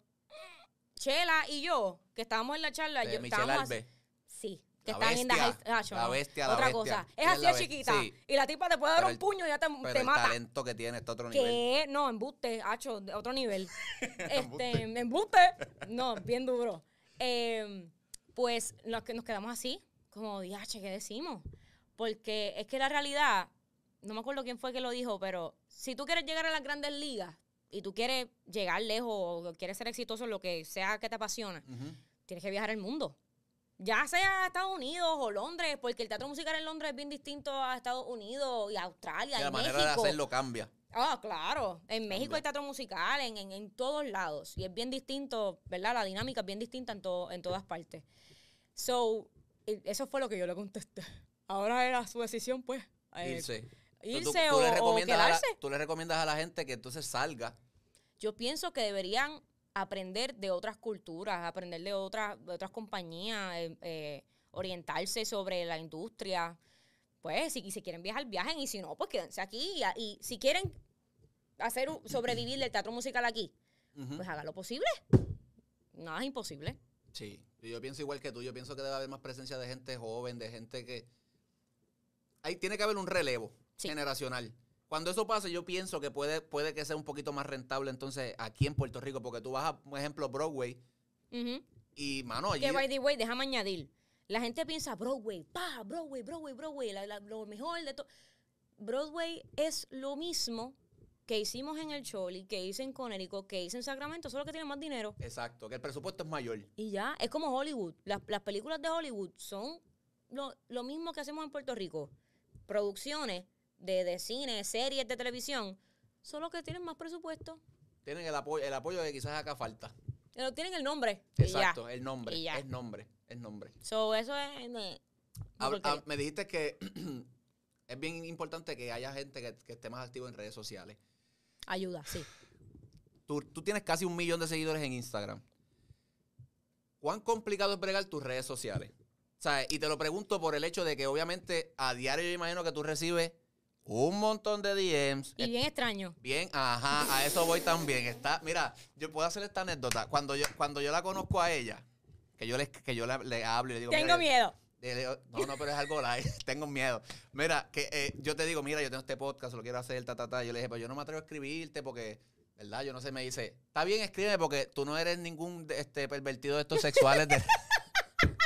Chela y yo, que estábamos en la charla,
De
yo,
Eh, Michelle
estábamos
Albe.
Sí, que
La
están en
bestia,
la high- ah, yo
la
no.
bestia, la
Otra
bestia.
cosa. Es
Ella es
así
la
de
be-
chiquita.
sí.
Y la tipa te puede dar
Pero
un
el-
puño y ya te,
Pero
te
el
mata.
talento que tiene está a otro nivel.
Que no, embuste, hacho, de otro nivel.
*laughs*
este,
Embuste.
embuste. No, bien duro. Eh, pues nos, que- nos quedamos así, como, diache, ¿qué decimos? Porque es que la realidad, no me acuerdo quién fue que lo dijo, pero si tú quieres llegar a las grandes ligas y tú quieres llegar lejos o quieres ser exitoso en lo que sea que te apasiona,
Ujú.
tienes que viajar al mundo. Ya sea a Estados Unidos o Londres, porque el teatro musical en Londres es bien distinto a Estados Unidos y a Australia
Y
y,
la manera de
México.
hacerlo cambia.
Ah, claro. En México
Cambia.
hay teatro musical, en, en, en todos lados. Y es bien distinto, ¿verdad? La dinámica es bien distinta en, to- en todas partes. So, e- eso fue lo que yo le contesté. Ahora era su decisión, pues. eh,
Irse.
irse
Tú- tú- tú le
o- o,
recomiendas a la-
quedarse.
tú le recomiendas a la gente que entonces salga.
yo pienso que deberían aprender de otras culturas, aprender de otras, de otras compañías, eh, eh, orientarse sobre la industria. Pues, si, si quieren viajar, viajen, y si no, pues quédense aquí. Y, y si quieren hacer un- sobrevivir del teatro musical aquí,
Ujú.
pues haga lo posible. Nada es imposible.
Sí, y yo pienso igual que tú. Yo pienso que debe haber más presencia de gente joven, de gente que. ahí tiene que haber un relevo
Sí.
generacional. Cuando eso pase, yo pienso que puede, puede que sea un poquito más rentable entonces aquí en Puerto Rico, porque tú vas a, por ejemplo, Broadway
Ujú.
y, mano, allí...
Que, by the way, déjame añadir. La gente piensa Broadway, pa, Broadway, Broadway, Broadway, la- la- lo mejor de todo. Broadway es lo mismo que hicimos en el Choli, que hice en Connecticut, que hice en Sacramento, solo que tiene más dinero.
Exacto, que el presupuesto es mayor.
Y ya, es como Hollywood. Las, las películas de Hollywood son lo, lo mismo que hacemos en Puerto Rico. Producciones de, de cine, series de televisión, solo que tienen más presupuesto.
Tienen el apoyo, el apoyo que quizás acá falta.
Pero tienen el nombre. y ya.
Exacto, el nombre,
Y ya.
el nombre, el nombre.
So, eso es... eh,
Hab-
porquería.
hab- me dijiste que *clears throat* es bien importante que haya gente que, que esté más activo en redes sociales.
ayuda, sí.
Tú, tú tienes casi un millón de seguidores en Instagram. ¿Cuán complicado es bregar tus redes sociales? ¿Sabes? Y te lo pregunto por el hecho de que obviamente a diario yo imagino que tú recibes un montón de DMs.
Y bien extraño.
Bien, ajá, a eso voy también. Está, mira, yo puedo hacer esta anécdota. Cuando yo, cuando yo la conozco a ella, que yo le, que yo la- le hablo y le digo, "Mira,
Tengo miedo.
le digo, no, no, pero es algo live. *laughs* Tengo miedo. Mira, que eh, yo te digo, mira, yo tengo este podcast, lo quiero hacer, ta, ta, ta. Yo le dije, pero yo no me atrevo a escribirte porque, ¿verdad? Yo no sé, me dice, está bien, escríbeme porque tú no eres ningún de- este, pervertido de estos sexuales.
*laughs*
De,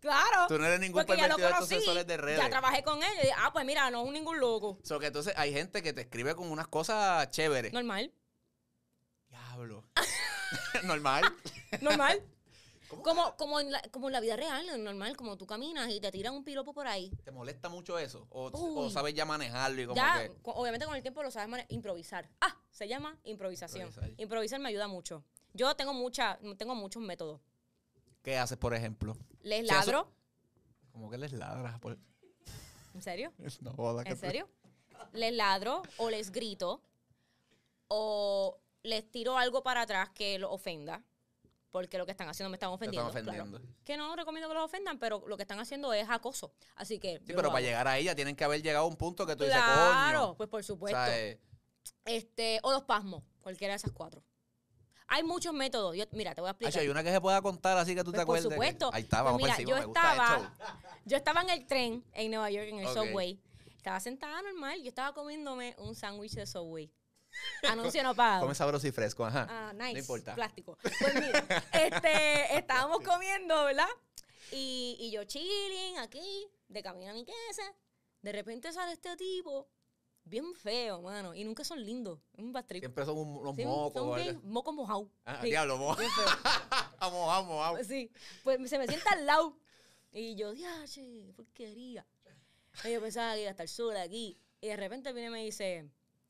Claro.
tú no eres ningún
porque ya lo
pervertido de estos
conocí.
sexuales de redes.
Ya trabajé con él. y dije, ah, pues mira, no es ningún loco.
So que entonces hay gente que te escribe con unas cosas chéveres.
Normal.
Diablo. *laughs* Normal. *laughs*
Normal. como, como, en la, como en la vida real, normal. Como tú caminas y te tiran un piropo por ahí.
¿Te molesta mucho eso? ¿O,
Uy.
o sabes ya manejarlo y como
ya,
que...
co- obviamente con el tiempo lo sabes mane- improvisar. Ah, se llama improvisación.
Improvisar.
Improvisar, me ayuda mucho. Yo tengo mucha, tengo muchos métodos.
¿Qué haces, por ejemplo?
Les
Sí, eso-
ladro.
Como que les ladras. Por...
¿En serio?
*laughs* No, joda, que
¿En
tú-
serio? Les ladro o les grito o les tiro algo para atrás que los ofenda. Porque lo que están haciendo me están ofendiendo. claro.
ofendiendo.
Que no recomiendo que los ofendan, pero lo que están haciendo es acoso. Así que.
Sí,
yo
pero
lo
para
hago.
llegar a ella tienen que haber llegado a un punto que tú dices,
Claro,
coño.
pues por
O
supuesto.
sea, eh,
este, o los pasmos, cualquiera de esas cuatro. Hay muchos métodos. Yo, mira, te voy a
Hacho,
explicar.
hay una que se pueda contar así que tú
Pues,
te acuerdes.
Por supuesto.
Ahí está, vamos
Pues,
por
mira,
encima,
yo
me gusta el
estaba,
show.
yo estaba en el tren en Nueva York, en el
Ok.
subway. Estaba sentada normal. Yo estaba comiéndome un sándwich de subway. Anuncio no pagado.
Come sabroso y fresco, ajá.
Ah, nice.
No importa.
Plástico. Pues mira, este,
*laughs*
estábamos comiendo, ¿verdad? Y, y yo chilling aquí, de camino a mi casa. De repente sale este tipo, bien feo, mano. Y nunca son lindos. Es un bastrico.
Siempre son un- unos
Sí,
mocos.
son
o algo.
bien mocos mojados.
Ah,
Sí,
Diablo, mo- *laughs*
bien feo.
vamos, vamos, vamos.
Sí, pues se me sienta al lado. Y yo, diache, porquería. Y yo pensaba que iba a estar sola aquí. Y de repente viene y me dice,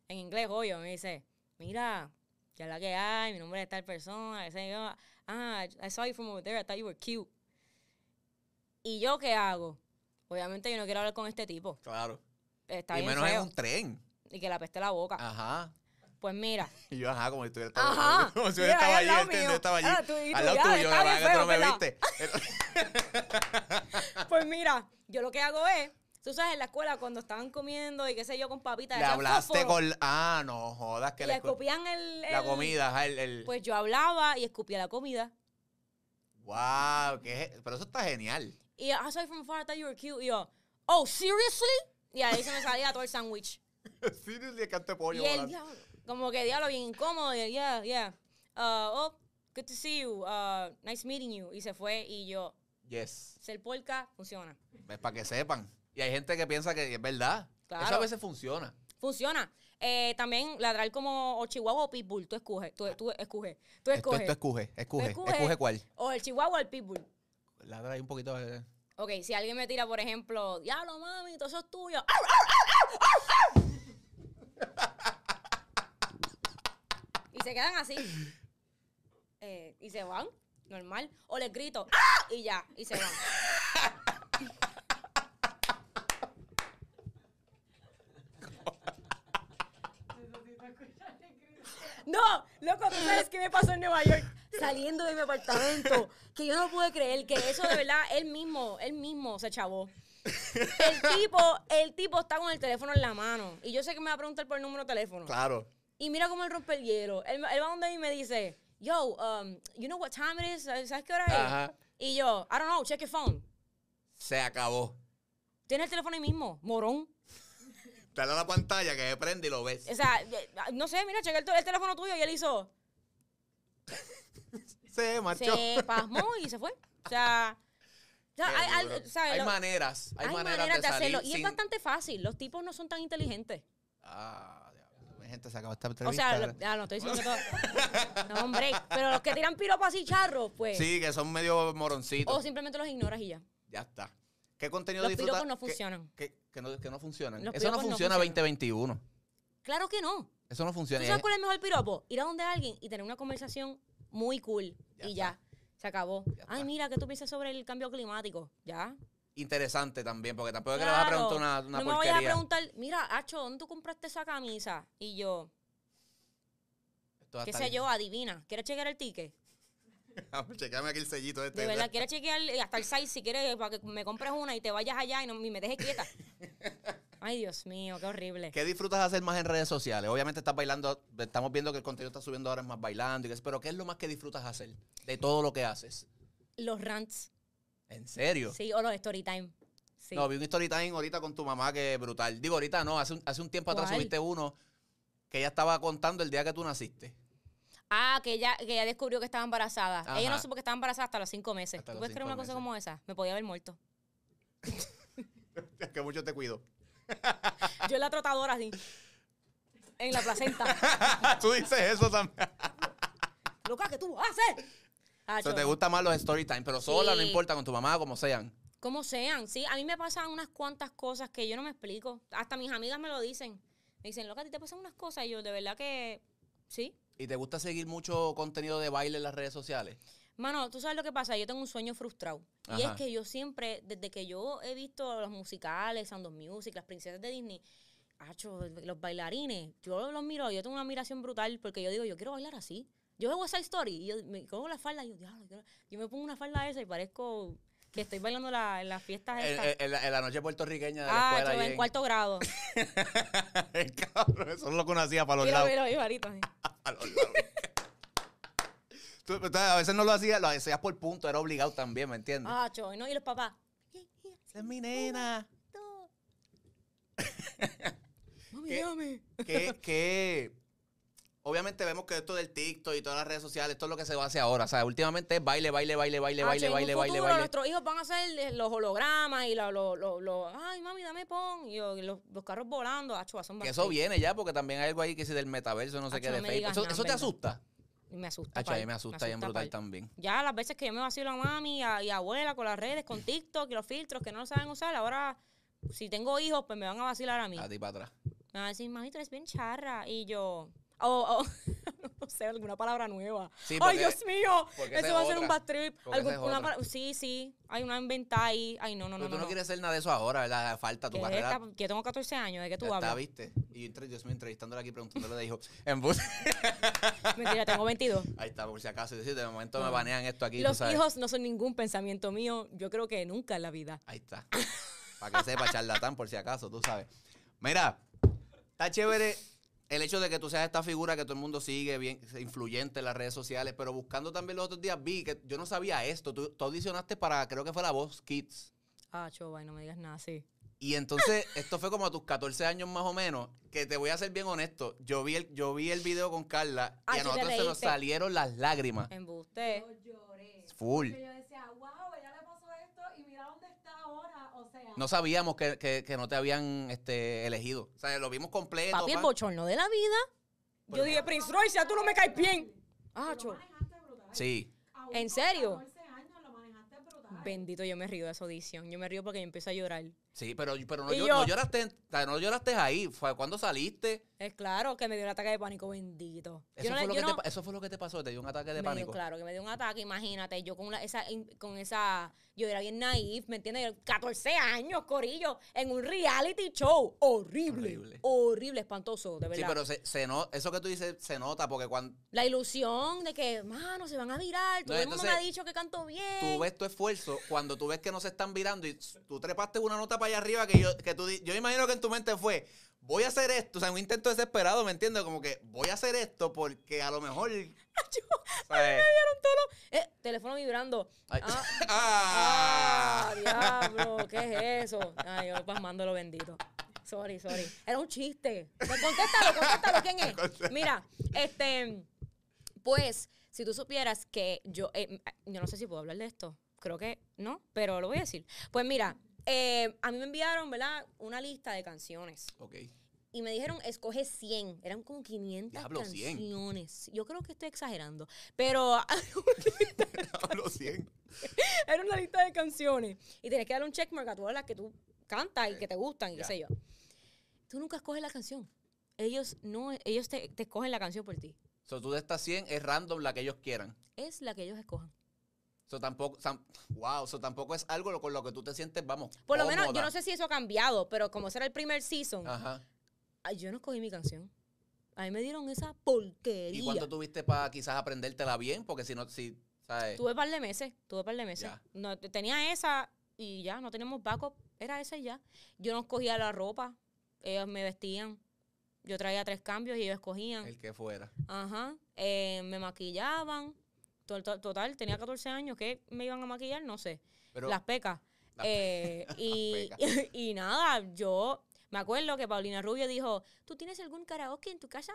en inglés, obvio, me dice, mira, ya la que hay, mi nombre es tal persona. que sé yo. Ah, I saw you from over there, I thought you were cute. ¿Y yo qué hago? Obviamente yo no quiero hablar con este tipo.
Claro.
Está
y
bien
menos en
feo.
un Ah. tren.
Y que le apeste la boca.
Ajá. *laughs*
Pues mira.
Y yo, ajá, como si estuviera
Ajá.
*laughs* como si yo
Mira, ahí
estaba
al
allí,
lado
¿entiendes?
mío.
Yo estaba allí.
Ah, tú- y
al
tú,
lado
ya,
tuyo, la
está bien
verdad que tú no
feo,
me
¿verdad?
viste.
*laughs* Pues mira, yo lo que hago es, tú sabes, en la escuela cuando estaban comiendo y qué sé yo con papitas,
Le
echan
hablaste
fósforo
con. Ah, no, jodas, que
y
le
le copian el,
La
el-
comida, ajá, el. el-
Pues yo hablaba y escupía la comida.
Wow, que es- pero eso está genial.
Y yo, I saw you from far, I thought you were cute. Y yo, oh, seriously? Y ahí se me salía todo el sándwich.
*laughs* Sí, le canté *laughs* pollo.
Y el
volando.
diablo, como que diablo bien incómodo. Y él, yeah, yeah. Uh, oh, good to see you. Uh, nice meeting you. Y se fue y yo,
Yes.
ser polka funciona.
Es para que sepan. Y hay gente que piensa que es verdad.
Claro.
Eso a veces funciona.
Funciona. Eh, también ladrar como o chihuahua o pitbull. Tú escoges. Tú, tú escoges. Tú
Esto,
escoges.
esto escoge, escoge,
Escoge.
escoge cuál.
O el chihuahua o el pitbull.
Ladra ahí un poquito. eh.
Ok, si alguien me tira, por ejemplo, diablo, mami, todo eso es tuyo. *laughs* y se quedan así. Eh, y se van, normal. O les grito, "¡Ah!", y ya, y se van. No, loco, tú sabes qué me pasó en Nueva York saliendo de mi apartamento. Que yo no pude creer que eso de verdad, él mismo, él mismo se chavó. El tipo, el tipo está con el teléfono en la mano. Y yo sé que me va a preguntar por el número de teléfono.
Claro.
Y mira cómo él rompe el hielo. Él, él va donde mí y me dice, yo, um, you know what time it is? ¿Sabes qué hora es?
Ajá.
Y yo, I don't know, check your phone.
Se acabó.
Tienes el teléfono ahí mismo, morón.
Te da la pantalla que se prende y lo ves.
O sea, eh, no sé, mira, chequé el, tel- el teléfono tuyo y él hizo.
Se marchó.
Se pasmó y se fue. O sea. o sea,
Qué
hay, hay-
duro.
¿sabes?
Hay
Lo-
maneras, hay,
hay
maneras, de, salir
hacerlo. Y es
sin-
bastante fácil. Los tipos no son tan inteligentes.
Ah, diablo. Mi gente, se acabó esta
O sea,
entrevista.
lo- ah, no, estoy diciendo que todo. No, hombre. Pero los que tiran piropas así charros, pues.
sí, que son medio
O
moroncitos.
simplemente los ignoras y ya.
Ya está. ¿Qué contenido
Los
disfrutas?
piropos no
¿Qué-
funcionan.
Que, que no, que no funcionan.
Los
Eso no
piropos no
funciona
funcionan.
2021.
Claro que no.
Eso no
¿Tú
funciona.
sabes cuál es el mejor piropo? Ir a donde alguien y tener una conversación muy cool.
Ya
y
está.
ya. Se acabó.
Ya está.
Ay, mira, ¿qué tú piensas sobre el cambio climático? Ya.
Interesante también, porque tampoco es que le vas a
Claro.
preguntar una, una
no me
porquería.
vayas a preguntar, mira, Acho, ¿dónde tú compraste esa camisa? Y yo,
Esto va a
qué
estar
sé
*laughs*
yo, adivina. ¿Quieres chequear el ticket?
bien. Chequeame aquí el sellito este.
De verdad, ¿quieres chequear eh, hasta el size si quieres para que me compres una y te vayas allá y, no, y me dejes
*laughs*
quieta? Ay, Dios mío, qué horrible.
¿Qué disfrutas hacer más en redes sociales? Obviamente estás bailando, estamos viendo que el contenido está subiendo ahora es más bailando, y qué sé- pero ¿qué es lo más que disfrutas hacer de todo lo que haces?
Los rants.
¿En serio?
Sí, o los story time. Sí.
No, vi un story time ahorita con tu mamá que es brutal. Digo, ahorita no, hace un, hace un tiempo atrás
¿Cuál?
subiste uno que ella estaba contando el día que tú *laughs* naciste.
Ah, que ella, que ella descubrió que estaba embarazada.
Ajá.
Ella no supo que estaba embarazada hasta los cinco meses.
Hasta
¿Tú
los
puedes creer
cinco
una
meses.
cosa como esa? Me podía haber muerto.
que mucho te cuido.
Yo en la trotadora así. En
*laughs*
la placenta.
Ah, tú dices eso también.
Loca, ¿qué tú haces? Ah,
O sea,
yo-
te gustan más los story time, pero sola, no
Sí.
importa, con tu mamá, como sean.
Como sean, sí. A mí me pasan unas cuantas cosas que yo no me explico. Hasta mis amigas me lo dicen. Me dicen, loca, a ti te pasan unas cosas. Y yo, de verdad que. Sí.
¿Y te gusta seguir mucho contenido de baile en las redes sociales?
Mano, tú sabes lo que pasa. Yo tengo un sueño frustrado. Y
Ajá.
es que yo siempre, desde que yo he visto los musicales, Sound of Music, las princesas de Disney, acho, los bailarines, yo los miro, yo tengo una admiración brutal porque yo digo, yo quiero bailar así. Yo veo esa historia y yo me cojo la falda y yo, diablo, yo, yo me pongo una falda esa y parezco que estoy bailando la- en las fiestas
En,
estas.
en- en la, en la noche puertorriqueña de la
ah,
escuela.
yo
ahí *laughs*
en cuarto grado.
Cabrón, eso es lo que uno hacía para los
Mira,
lados.
mira, mira, ahorita, sí.
*laughs* A los lados. Tú- tú- a veces no lo hacías, lo hacías por punto, era obligado también, ¿me entiendes?
Ah, cho, ¿no? Y los papás.
Esa es mi nena.
Mami,
¿Qué?
llame.
que, que obviamente vemos que esto del TikTok y todas las redes sociales, esto es lo que se hace ahora. O sea, últimamente es baile, baile, baile, baile,
Ah,
baile,
che, en un
baile, baile,
futuro
baile.
Nuestros hijos van a hacer eh, los hologramas y los, los, los, ay, mami, dame pon. Y yo, y los, los carros volando, acho, son
Que eso
bastante-
viene ya, porque también hay algo ahí que si del metaverso, no sé
Acho,
qué,
no
de
me
Facebook.
digas
Eso,
nada,
eso te
¿verdad?
asusta.
Y me asusta.
Hacho, Ah, a mí
pal,
me asusta bien
asusta,
brutal
pal.
también.
Ya las veces que yo me vacilo a mami a- y a abuela con las redes, con TikTok y los filtros que no saben usar, ahora si tengo hijos, pues me van a vacilar a mí.
A ti para atrás.
Me van a decir, mami, tú eres bien charra. Y yo, oh, oh, *laughs* no sé, alguna palabra nueva.
Sí,
¡Ay,
porque-
Dios mío!
porque esa
Eso
es
va a ser
otra.
un bad trip.
Porque esa
Algún-
es
una
otra.
pala- sí, sí, hay una inventada ahí. Ay, no, no,
Pero
no.
tú no
no.
quieres hacer nada de eso ahora, ¿verdad? Falta tu
¿Qué es
carrera.
esta? Que yo tengo 14 años, ¿de qué tú
Ya está,
hablas?
viste. Y yo, entre- yo estoy entrevistándole aquí, preguntándole de hijo. En bus. *laughs*
Mentira, tengo 22.
Ahí está, por si acaso. Es decir, de momento me
No.
banean esto aquí. tú
Los
sabes.
hijos no son ningún pensamiento mío, yo creo que nunca en la vida.
Ahí está. Para que sepa, charlatán, por si acaso, tú sabes. Mira, está chévere el hecho de que tú seas esta figura que todo el mundo sigue, bien influyente en las redes sociales, pero buscando también los otros días vi que yo no sabía esto. Tú, tú audicionaste para, creo que fue la Voz Kids.
Ah, chova, y no me digas nada así.
Y
*laughs*
entonces, esto fue como a tus 14 años más o menos, que te voy a ser bien honesto. Yo vi el, yo vi el video con Carla
Ah,
y a
sí, te
nosotros se nos
reíste.
salieron las lágrimas.
Embuste.
Yo lloré.
Full.
Porque yo decía, wow, ella le pasó esto y mira dónde está ahora. O sea,
No sabíamos que, que- que no te habían este, elegido. O sea, lo vimos completo.
Papi, el
pan.
bochorno de la vida. Yo dije, Prince Royce, ya tú no me caes bien. Ah,
lo
cho.
manejaste brutal.
Sí.
Aún
¿En
con
serio?
14 años lo manejaste brutal.
Bendito, yo me río de esa audición. Yo me río porque yo empiezo a llorar.
Sí, pero, pero no,
Y
llo-
yo-
no lloraste, en- o sea, no lloraste ahí. Fue cuando saliste.
Es claro que me dio un ataque de pánico, bendito. Yo
Eso,
no
fue
le-
lo
yo
que
no-
te, pa- eso fue lo que te pasó, te dio un ataque de
me dio,
pánico.
claro, que me dio un ataque, imagínate, yo con la- esa, in- con esa, yo era bien naif, ¿me entiendes? Yo, 14 años, corillo, en un reality show, horrible,
Horrible.
horrible, espantoso, de
Sí,
verdad.
pero se, se no- eso que tú dices se nota porque cuando
La ilusión de que, mano, se van a virar, todo
No,
el mundo me
entonces,
ha dicho que canto bien.
tú ves tu esfuerzo, cuando tú ves que no se están virando y s- tú trepaste una nota para allá arriba que yo, que tú, di- yo imagino que en tu mente fue, voy a hacer esto, o sea, un intento desesperado, ¿me entiendes? Como que voy a hacer esto porque a lo
*laughs*
mejor... ¿sabes?
Eh, teléfono vibrando.
Ay.
Ah,
*laughs* Ah.
ah, Dios diablo, ¿qué es eso? Ay, yo pasmando lo bendito. Sorry, sorry. Era un chiste. Pues Contéstalo, contéstalo, ¿quién es? Mira, este, pues, si tú supieras que yo, eh, yo no sé si puedo hablar de esto, creo que no, pero lo voy a decir. Pues mira, eh, a mí me enviaron, ¿verdad? Una lista de canciones
Ok. *laughs*
y me dijeron, escoge 100. Eran como 500
Diablo, 100.
canciones. Yo creo que estoy exagerando, pero
Hablo 100.
era una lista de canciones. Y tenías que darle un checkmark a todas las que tú cantas y que te gustan y
Ya.
qué sé yo. Tú nunca escoges la canción. Ellos no, ellos te, te escogen la canción por ti.
So, tú de estas 100 es random la que ellos quieran.
Es la que ellos escojan.
Eso tampoco, tam- wow, eso tampoco es algo lo- con lo que tú te sientes, vamos.
Por lo menos, yo
cómoda.
no sé si eso ha cambiado, pero como será el primer season,
Ajá.
ay, yo no escogí mi canción. A mí me dieron esa porquería.
¿Y cuánto tuviste para quizás aprendértela bien? Porque si no, si, ¿sabes?
Tuve par de meses, tuve par de meses.
Ya.
No, te- tenía esa y ya, no teníamos backup, era esa y ya. Yo no escogía la ropa, ellos me vestían. Yo traía tres cambios y ellos escogían.
El que fuera.
Ajá. eh, me maquillaban. Tol- tol- Total, tenía 14 años. ¿Qué me iban a maquillar? No sé.
Pero,
las pecas.
*laughs* Las
*laughs* Eh, y, *laughs* y nada, yo me acuerdo que Paulina Rubio dijo, ¿tú tienes algún karaoke en tu casa?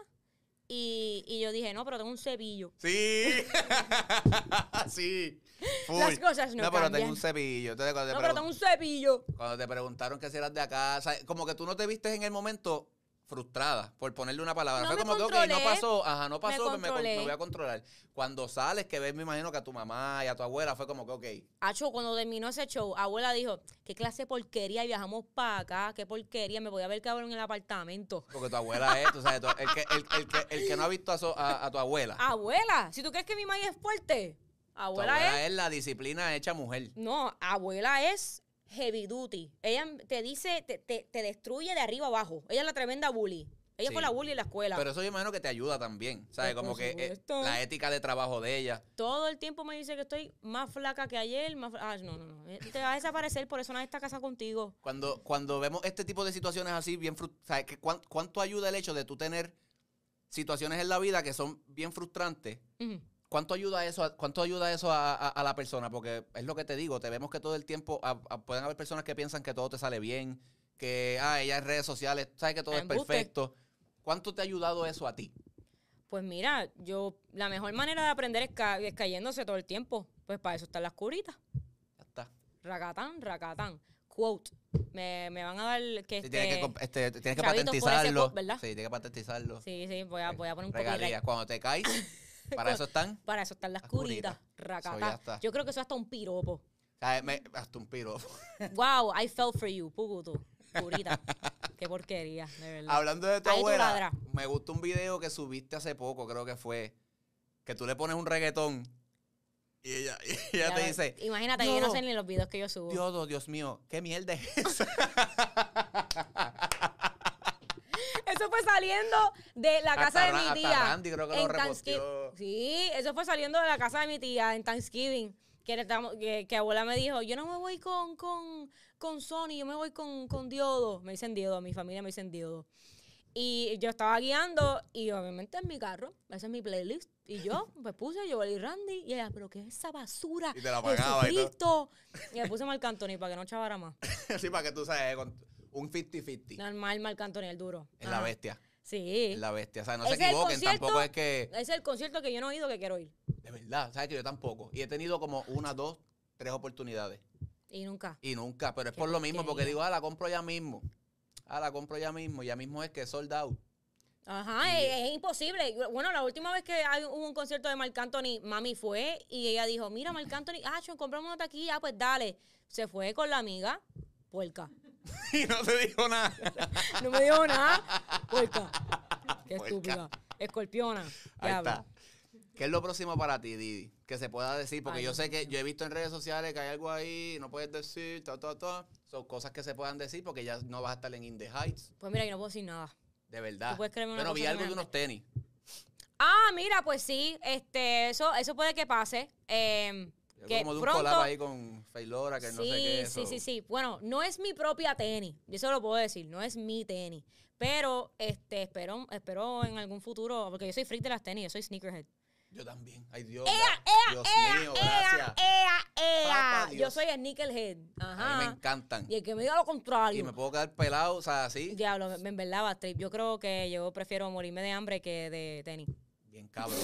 Y, y yo dije, no, pero tengo un cepillo.
Sí. *laughs* sí. Full.
Las cosas no
No, pero tengo
cambian.
un cepillo. Entonces, cuando,
No,
te
pero
pregun-
tengo un cepillo.
cuando te preguntaron que si eras de acá, ¿sabes? como que tú no te vistes en el momento frustrada por ponerle una palabra.
No
Fue
me
como que ok,
controlé.
no pasó, ajá, no
Me
pasó, pues me, con-
controlé.
me voy a controlar. Cuando sales, que ves, me imagino que a tu mamá y a tu abuela, fue como que, ok,
Acho, cuando terminó ese show, abuela dijo, qué clase de porquería, y viajamos para acá, qué porquería, me voy a ver cabrón en
*laughs*
el apartamento.
Porque tu abuela es, tú sabes, tú- el, que, el, el que, el que no ha visto a, so- a- a tu abuela.
Abuela, si tú crees que mi madre es fuerte,
tu
Ah, abuela, es
abuela es? la disciplina hecha mujer.
No, abuela es heavy duty. Ella te dice, te, te- te destruye de arriba abajo. Ella es la tremenda bully. Ella
Sí.
fue la bully en la escuela.
Pero eso yo imagino que te ayuda también, ¿sabes?
Pues,
Como
por
que eh,
supuesto.
la ética de trabajo de ella.
Todo el tiempo me dice que estoy más flaca que ayer. Más fla- ah, no, no, no. Eh, Te vas a desaparecer, por eso nadie está casa contigo.
Cuando, cuando vemos este tipo de situaciones así, bien frus- ¿sabes? Que cuán- ¿Cuánto ayuda el hecho de tú tener situaciones en la vida que son bien frustrantes?
Ujú.
¿Cuánto ayuda eso, a, cuánto ayuda eso a, a- a la persona? Porque es lo que te digo, te vemos que todo el tiempo a- a- pueden haber personas que piensan que todo te sale bien, que ah, ella en redes sociales, sabes que todo es
Embuste.
perfecto. ¿Cuánto te ha ayudado eso a ti?
Pues mira, yo, la mejor manera de aprender es, ca- es cayéndose todo el tiempo. Pues para eso están las curitas.
Ya está.
Racatán, racatán. Quote. Me, me van a dar que
Sí,
este...
tienes que, comp- este, tienes que
chavitos por ese
patentizarlo.
cop, ¿verdad?
Sí, tienes que patentizarlo.
Sí, sí, voy a, voy a poner un
Regalías.
copyright.
Cuando te
*laughs*
caes, para eso están.
Para eso están las
Las
curitas.
curitas. Eso ya
Racatán.
está.
Yo creo que eso es hasta un piropo.
¿sabes? Me- hasta un piro.
Wow, I fell for you, Pugutu.
*laughs*
Purita. Qué porquería, de verdad.
Hablando de tu
Ahí tú
abuela,
ladra.
me gustó un video que subiste hace poco, creo que fue, que tú le pones un reggaetón y ella, *laughs* y ella
Ya
te
ves.
dice,
Imagínate, yo no
"No".
sé ni los videos que yo subo.
Dios, Dios mío, qué mierda es *laughs* esa.
Eso fue saliendo de la
Hasta
casa de
Ra-
mi
hasta
tía.
Randy creo que lo
en
reposteó.
Thanksgiving. Sí, eso fue saliendo de la casa de mi tía en Thanksgiving. Que, le estamos- que, que abuela me dijo, yo no me voy con, con, con Sony, yo me voy con, con Diodo. Me dicen Diodo, mi familia me dicen Diodo. Y yo estaba guiando y obviamente en mi carro, esa es mi playlist. Y
*laughs*
yo me puse yo y Randy y ella, pero ¿qué es esa basura?
Y te la apagaba y todo.
Jesucristo". Y le puse Marc Anthony para que no chavara más.
Así para que tú sabes, con un 50-50.
Normal Marc Anthony, el duro.
Es la
Ajá.
bestia,
Sí.
es la bestia. O sea, no se
Ese es el
equivoquen,
concierto-
tampoco es que...
Ese es el concierto que yo no he ido que quiero ir.
De verdad, sabes que yo tampoco. Y he tenido como una, dos, tres oportunidades.
Y nunca.
Y nunca, pero es
Qué
por lo mismo, porque
porquería.
digo, ah, la compro ya mismo. Ah, la compro ya mismo. Ya mismo es que es sold out. *laughs*
Ajá, es, es imposible. Bueno, la última vez que hay- hubo un concierto de Marc Anthony, mami fue y ella dijo, mira, Marc Anthony, ah, chon, compramos una taquilla, ah, pues dale. Se fue con la amiga, puerca.
Y no te dijo nada.
No me dijo nada,
*laughs*
puerca. Qué
Puerca.
estúpida. Escorpiona.
Ahí
diabla.
está. ¿Qué es lo próximo para ti, Didi? Que se pueda decir, porque
Ay,
yo
Dios
sé que yo he visto en redes sociales que hay algo ahí, no puedes decir, ta, ta, ta. Son cosas que se puedan decir porque ya no vas a estar en In The Heights.
Pues mira, yo no puedo decir nada.
De verdad.
Tú puedes creerme una
bueno, vi
cosa
algo de
semejante.
unos tenis.
Ah, mira, pues sí, este, eso, eso puede que pase. Eh,
Algo
que
como de un
pronto,
collab ahí con Failora, que no sé qué.
sí,
eso.
sí, sí. Bueno, no es mi propia tenis. Yo eso lo puedo decir. No es mi tenis. Pero este, espero, espero en algún futuro, porque yo soy freak de las tenis, yo soy sneakerhead.
Yo también. Ay, Dios.
¡Ea,
gra-
ea,
Dios
ea,
mío,
ea,
gracias.
ea,
Papa
ea! Yo
Dios.
soy el Nickelhead.
A mí me
Ajá.
encantan.
Y el que me diga lo
Y
contrario.
me puedo quedar pelado, o sea, así.
Diablo, me- en verdad, Bad Trip, Yo creo que yo prefiero morirme de hambre que de tenis.
Bien cabrón.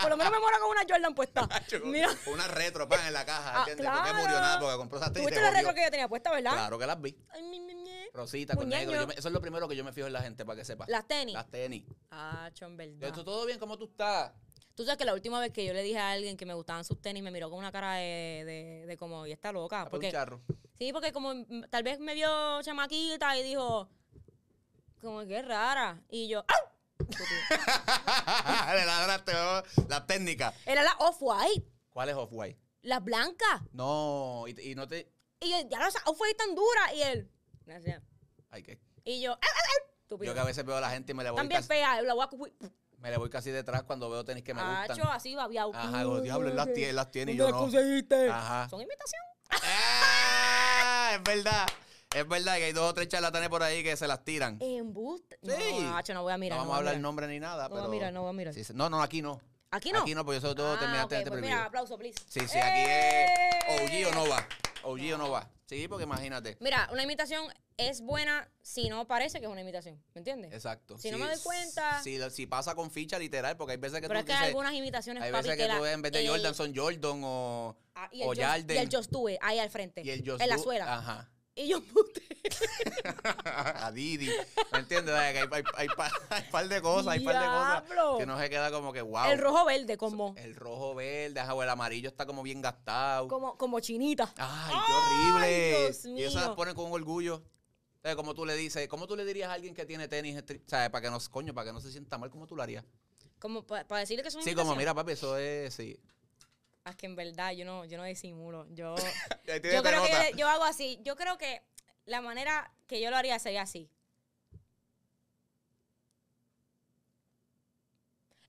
Por lo menos me muero con una Jordan
*laughs*
puesta.
Yo-
Mira.
Una retro, pan, en la caja,
Ah,
¿entiendes? Porque murió
claro.
nada, porque compró esas tenis y te
¿Tuviste la
jodió.
retro que yo tenía puesta, verdad?
Claro que las vi.
Ay, mi, mi, mi.
Rosita con
Muñeño.
negro. Yo me- eso es lo primero que yo me fijo en la gente para que sepa.
Las tenis.
Las tenis.
Ah, chon, en
Yo,
verdad.
¿tú todo bien? ¿Cómo tú estás?
Tú sabes que la última vez que yo le dije a alguien que me gustaban sus tenis, me miró con una cara de, de, de como, y está loca.
Ah, pues, un
Porque, *laughs*
charro.
sí, porque como mm, tal vez me vio chamaquita y dijo, como que rara. Y yo, ¡ah!
Le ladraste oh, la técnica.
Era la off-white,
¿Cuál es Off-White?
la blanca.
No, y, y no te.
Y yo, ya lo off-white tan dura. Y él, gracias.
Ay, que.
Y yo, ¡ah, ah, ah! Estúpido.
Yo que a veces veo a la gente y me le voy,
También
casi,
fea, la voy a cu-
me le voy casi detrás cuando veo tenis que me gustan.
Hacho, así babiao.
Ajá, digo, diablo, él las tiene, él las tiene y
¿Dónde
yo
las
no.
conseguiste?
Ajá.
Son imitación.
¡Ah! Es verdad. Es verdad que hay dos o tres charlatanes por ahí que se las tiran.
Embuste.
Sí.
Eh, No, hacho, no voy a mirar.
no
voy
vamos a hablar
mirar.
nombre ni nada,
No voy a
pero.
mirar, no voy a mirar.
Sí, sí. no, no, aquí no.
¿Aquí no?
Aquí no, porque eso todo
Ah,
terminaste este
ok,
antes
pues
prohibido.
Mira, aplauso, please.
Sí, sí, aquí
¡Eh!
es. OG o no va. OG o no va. Sí, porque imagínate.
Mira, una imitación es buena si no parece que es una imitación. ¿Me entiendes?
Exacto.
Si no me doy cuenta-
Si, si pasa con ficha literal, porque hay veces que
Pero
tú
es que
dices-
hay algunas imitaciones,
Hay
papi,
veces que
la-
tú ves en vez de
el-
Jordan son Jordan o,
ah, y el
o
Just-
Yarden.
Y el Just Do It, ahí al frente.
y el ah. Just
En la
Do-
suela.
Ajá. *laughs*
Y yo, puta.
a Didi. ¿Me entiendes? Hay, hay, hay pa- *laughs* hay par de cosas, hay par de
Diablo.
cosas que no se queda como que wow.
El rojo verde, como,
El rojo verde, ajá, o el amarillo está como bien gastado.
como, como chinita.
Ay,
Ay,
qué horrible.
Dios
y eso las
mío.
ponen con orgullo. ¿Sabes cómo tú le dices? ¿Cómo tú le dirías a alguien que tiene tenis? estri- ¿Sabes? Para que no, coño, para que no se sienta mal, ¿cómo tú lo harías?
Como para decirle que es una
Sí,
imitación.
como, mira, papi, eso es, sí.
Ah, Es que en verdad yo no, yo no disimulo.
*laughs*
Yo,
Ahí tiene
yo creo que
*laughs* pelota.
yo, yo hago así. Yo creo que la manera que yo lo haría sería así.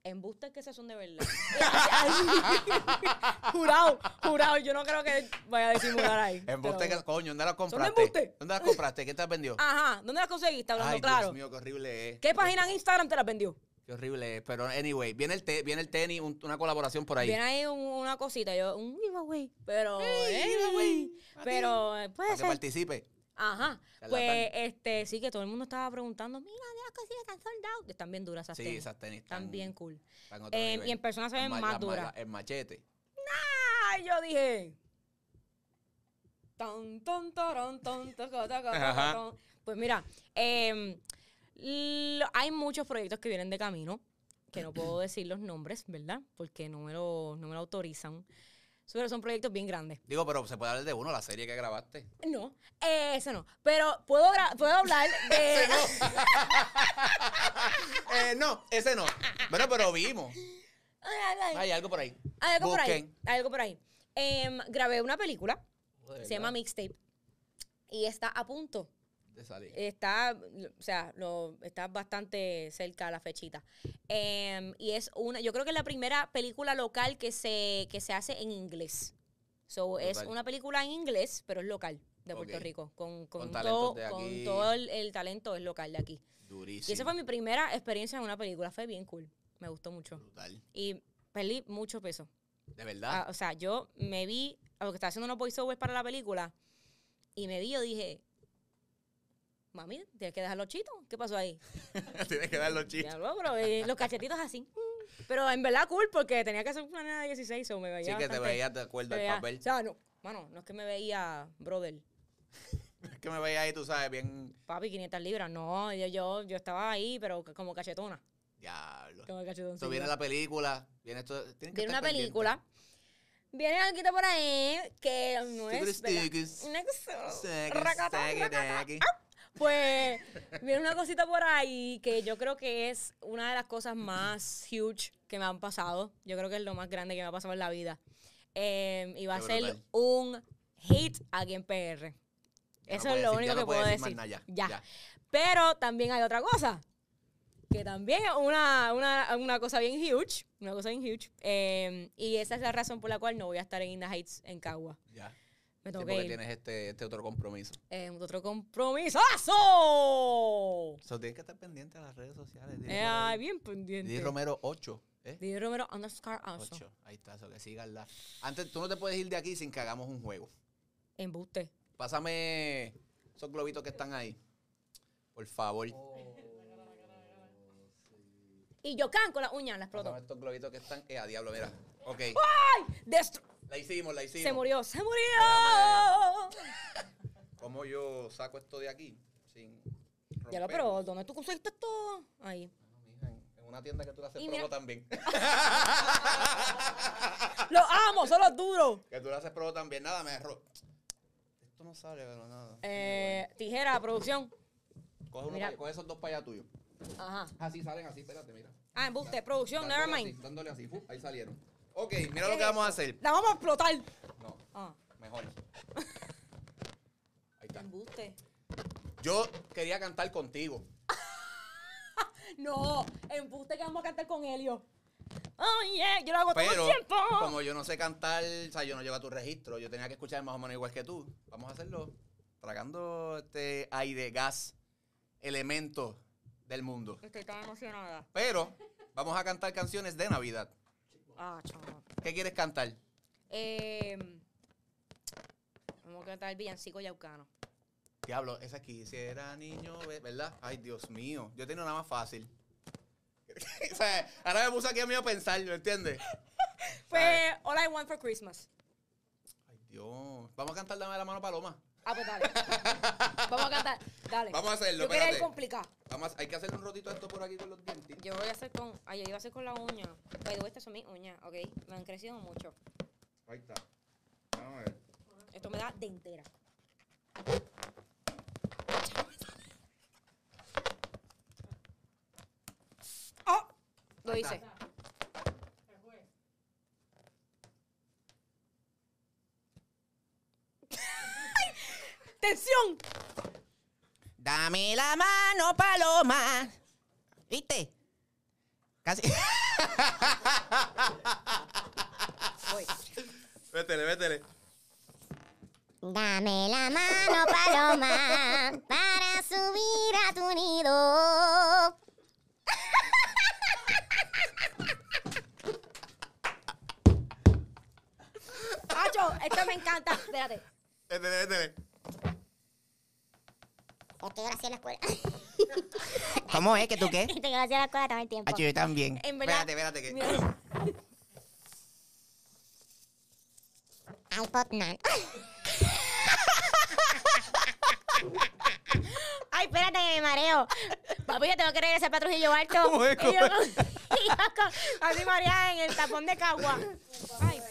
Embustes que se son
*laughs*
de verdad. jurado, jurado. Yo no creo que vaya a disimular ahí. te lo
Embuste,
juro.
coño, ¿dónde la
embuste?
compraste? ¿Dónde la compraste? ¿Qué te has
*laughs*
vendido?
Ajá, ¿dónde las conseguiste? Hablando
Ay,
Ah,
Dios
claro.
mío, qué horrible es.
¿Qué página en Instagram te las vendió?
Qué horrible es. Pero, anyway, viene el, te- viene el tenis, un- una colaboración por ahí.
Viene ahí un- una cosita, yo, un giveaway. Pero, eh, pero eh, puede
para que
ser.
participe.
Ajá.
Charlatán.
Pues este, sí que todo el mundo estaba preguntando, mira, mira las cosillas están sold out. Están bien duras esas
Sí,
tenis.
esas tenis
Están
están-
bien cool.
Está en otro
Eh,
nivel.
y en persona se ven
Las ma-
más
las ma-
duras.
El machete.
Ay, yo dije. Tan, tan, tarán, tan, taca, taca, taca,
*laughs* Ajá.
tan. Pues mira, em, lo- hay muchos proyectos que vienen de camino, que
*clears throat*
no puedo decir los nombres, ¿verdad? Porque no me lo, no me lo autorizan. Pero son proyectos bien grandes.
Digo, pero se puede hablar de uno, la serie que grabaste.
No, eh, eso no. Pero puedo, gra-
*laughs*
puedo hablar de...
Eh, no, ese no. Bueno, pero vimos.
*laughs* Ay, ay, ay.
Hay algo por ahí.
Hay Ah, algo por ahí.
Busquen.
Hay algo por ahí. Em, grabé una película,
Joder,
se llama
¿verdad?
Mixtape, y está a punto.
De salir.
Eh, Está, o sea, lo, está bastante cerca la fechita. Em, y es una, yo creo que es la primera película local que se, que se hace en inglés. So, es
Brutal.
una película en inglés, pero es local de Puerto
Ok.
Rico. Con,
Con
con todo,
talentos de
con
aquí.
todo el, el talento es local de aquí.
Durísimo.
Y esa fue mi primera experiencia en una película. Fue bien cool. Me gustó mucho.
Brutal.
Y perdí mucho peso.
De
Ah,
verdad.
o sea, yo me vi, a lo que estaba haciendo unos voiceovers para la película, y me vi, yo dije, mami, tienes que dejar los chitos. ¿Qué pasó ahí? Ah.
*laughs* Tienes que dar los chistes.
Diablo, bro, eh, los
*laughs*
cachetitos así. mm. Pero en verdad, cool, porque tenía que hacer una nena de 16, o me veía.
Sí, que te
bastante-
veías de
me
acuerdo al
veía-
papel.
O sea, no, mano, no es que me veía, brother,
Es que me veías ahí, tú sabes, bien.
papi, 500 libras. No, yo, yo, yo estaba ahí, pero c- como cachetona.
Diablo.
Como
Esto
cachetoncilla.
viene la película. Viene esto. Tienen que
Viene una
estar pendientes.
película. Viene alguien por ahí que no es.
Stickers,
¿verdad?
stickers.
Una cosa-
Stickers,
racata,
stickers,
racata.
stickers.
¡Ah! Pues viene una cosita por ahí que yo creo que es una de las cosas más huge que me han pasado. Yo creo que es lo más grande que me ha pasado en la vida. Eh, y va a
Qué
ser
brutal.
un hit aquí en PR.
Ya no
Eso
puedes
es lo
decir-
único
ya no
que
puedes
puedo
decir
decir.
más nada,
ya.
ya, ya.
Pero también hay otra cosa. Que también es una, una, una cosa bien huge. Em, Una cosa bien huge. Eh, y esa es la razón por la cual no voy a estar en Inda Heights en Cagua.
Ya.
Me
Sí,
tengo
porque
que ir.
tienes este, este otro compromiso.
Eh, otro compromisazo.
So, tienes que estar pendiente a las redes sociales. Didi
Eh, ay, bien pendiente.
Didi Romero 8. ¿eh?
Didi Romero underscore also.
8. Ahí está, eso que síganla. Antes, tú no te puedes ir de aquí sin que hagamos un juego.
Embuste.
Pásame esos globitos que están ahí. Por favor.
Oh. Y yo can con las uñas, las
Pásame
exploto.
estos globitos que están. Eh, a diablo, mira.
*laughs*
Ok.
Destru-
La hicimos, la hicimos.
Ah. Se murió, se
Déjame-
murió.
¿Cómo yo saco esto de aquí? Sin
Ya lo,
romper?
pero ¿dónde tú conseguiste todo? Ahí.
No, mija, en- En una tienda que tú le haces
Y
promo
mira- *laughs*
también. Ah.
¡Los amo! ¡Son los duros!
que tú le haces promo también. Nada, me ro- Esto no sale, pero nada.
Eh, tijera, producción.
Coge uno
mira.
pa' allá, coge esos dos para allá tuyos.
Ajá.
Así salen, así, espérate, mira.
Ah, embuste, producción,
Dándole
never mind.
así, dándole así, ¡fu! ahí salieron. Ok, mira
Eh.
lo que vamos a hacer.
¡La vamos a explotar!
No,
Ah,
mejor. Ahí está.
embuste.
Yo quería cantar contigo.
No, embuste que vamos a cantar con Helio. Oye, Oh, yo lo hago
Pero
todo el tiempo.
como yo no sé cantar, o sea, yo no llego a tu registro, yo tenía que escuchar más o menos igual que tú. Vamos a hacerlo tragando este aire, gas, elementos del mundo.
Estoy tan emocionada.
Pero vamos a cantar canciones de Navidad.
Ah, chaval.
¿Qué quieres cantar?
Eh, vamos a cantar el villancico yaucano.
Diablo, esa quisiera niño, ve- ¿verdad? Ay, Dios mío, yo tengo nada más fácil. *laughs* o sea, ahora me puse aquí a mí a pensar, ¿me entiendes?
Fue All I Want for Christmas.
Ay, Dios. Vamos a cantar Dame la mano paloma.
Ah, pues
*laughs*
dale. vamos a cantar. Dale.
Vamos a hacerlo,
Yo quería ir
espérate.
complicado.
Vamos, a- hay que hacer un rotito de esto por aquí con los dientes.
Yo voy a hacer con. Ay, yo iba a hacer con la uña. Pero estas son mis uñas, ¿ok? Me han crecido mucho.
Ahí está. Vamos a ver.
Esto me da de entera. ¡Oh! Lo
Ahí
hice. *laughs*
está.
¡Tensión!
Dame la mano, paloma. ¿Viste? Casi.
Voy.
Vétele, vétele.
Dame la mano, paloma, para subir a tu nido.
¡Acho! Oh, Esto me encanta. Espérate.
Vétele, vétele.
Estoy gracias a la escuela. *laughs*
¿Cómo es que tú qué?
Estoy gracias a la escuela todo el tiempo.
Ah, yo también.
En verdad.
Espérate, espérate. Que...
mira,
iPod Nano. *laughs* Ay, espérate que me mareo. Papi, yo tengo que regresar para Trujillo Alto.
¿Cómo es?
Y yo
¿Cómo
con- *laughs* y yo con- así mareada en el tapón de cagua. Ay,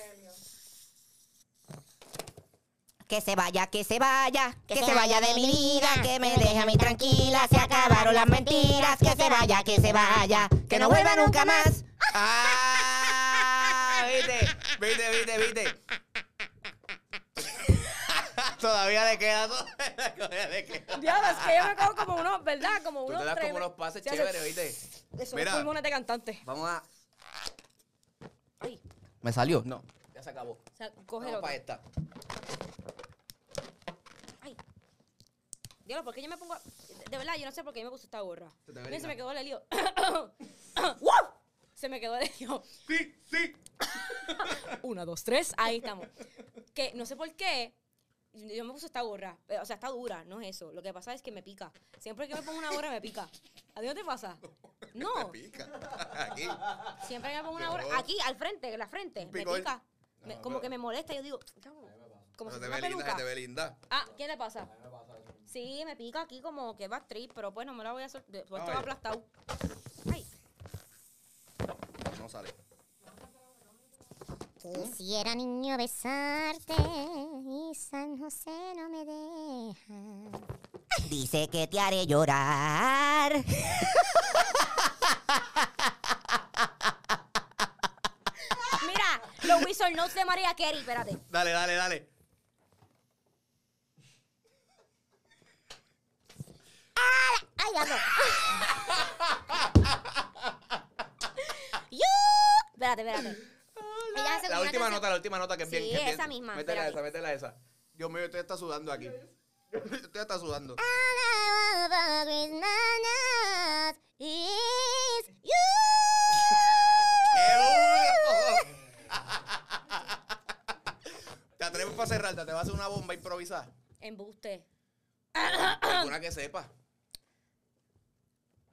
Que se vaya, que se vaya, que,
se
se vaya de mi vida, que me deje a mí tranquila. Se acabaron las mentiras. Que se vaya, que se vaya, que no vuelva nunca más.
¡Ah! ¿Viste? *laughs* ¿Viste, viste, viste? *laughs* todavía le queda, todavía le queda.
Dios, es que yo me cojo como unos, ¿verdad? Como
Tú
unos.
te das como
treme-
unos pases
Se hace-
chéveres, ¿viste?
Eso
Mira.
Mira. pulmones de cantante.
Vamos a...
Ay,
¿Me salió? No, ya se acabó.
o sea,
Vamos
cógelo.
para esta.
Ay. Dios, ¿por qué yo me pongo.? de- De verdad, yo no sé por qué yo me puse esta gorra.
Se te ve
Mira, se
linda.
me quedó el lío. *coughs* ¡Wow! Se me quedó el lío.
Sí, sí.
*coughs* Una, dos, tres, ahí estamos. Que no sé por qué. Yo me puse esta gorra. Eh, O sea, está dura, no es eso. Lo que pasa es que me pica. Siempre que me pongo una gorra, me pica. ¿A ti no te
*laughs*
pasa? No.
Pica. Aquí.
Siempre que me pongo una
No.
gorra. Aquí, al frente, en la frente.
Un
Me
picor.
pica.
No,
Me-
pero-
como que me molesta. Yo digo, "Cabrón", como
No,
si
se te ve linda, se
fuera una
te
peluca.
ve linda.
Ah, ¿qué le pasa? Sí, me pica aquí como que va trip, pero pues no me la voy a hacer. de- pues, Esto
Ay.
va aplastado. Ay,
No sale.
Quisiera niño besarte y San José no me deja.
Dice que te haré llorar.
Mira, los Wizard Notes de María Carey, espérate.
Dale, dale, dale.
Ay, ya no.
¡Yu! Espérate, espérate.
Ella hace como
La última
una canción-
nota, la última nota que es bien.
Sí,
que es bien-
esa misma,
Métela
espérate.
esa, métela esa. Dios mío, estoy hasta sudando aquí. Estoy hasta sudando.
¡Ah!
All I want for Christmas is you.
¡Qué duro! *laughs* Te atreves para cerrarla, te vas a hacer una bomba improvisada.
Embuste.
Alguna que sepa.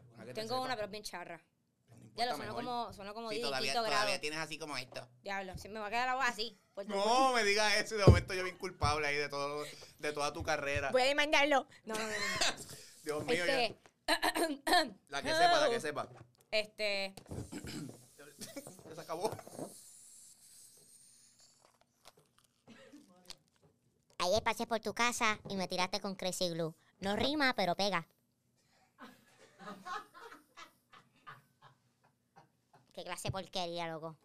Alguna que te
Tengo
sepa.
una, pero es bien charra.
No importa,
Ya lo suena
mejor.
como, suena como
Sí,
DJ
todavía,
Quito
todavía
grave.
tienes así como esto.
Diablo, se me va a quedar la voz así. por tu
*laughs*
culpa.
No me digas eso y de momento yo bien culpable ahí de todo, de toda tu carrera.
Voy a demandarlo. No, no, no. no.
Dios mío, ya-
Este,
la que sepa, la que sepa.
este,
Ya se acabó.
Ayer pasé por tu casa y me tiraste con Crazy Glue. No rima, pero pega. Qué clase de porquería, loco.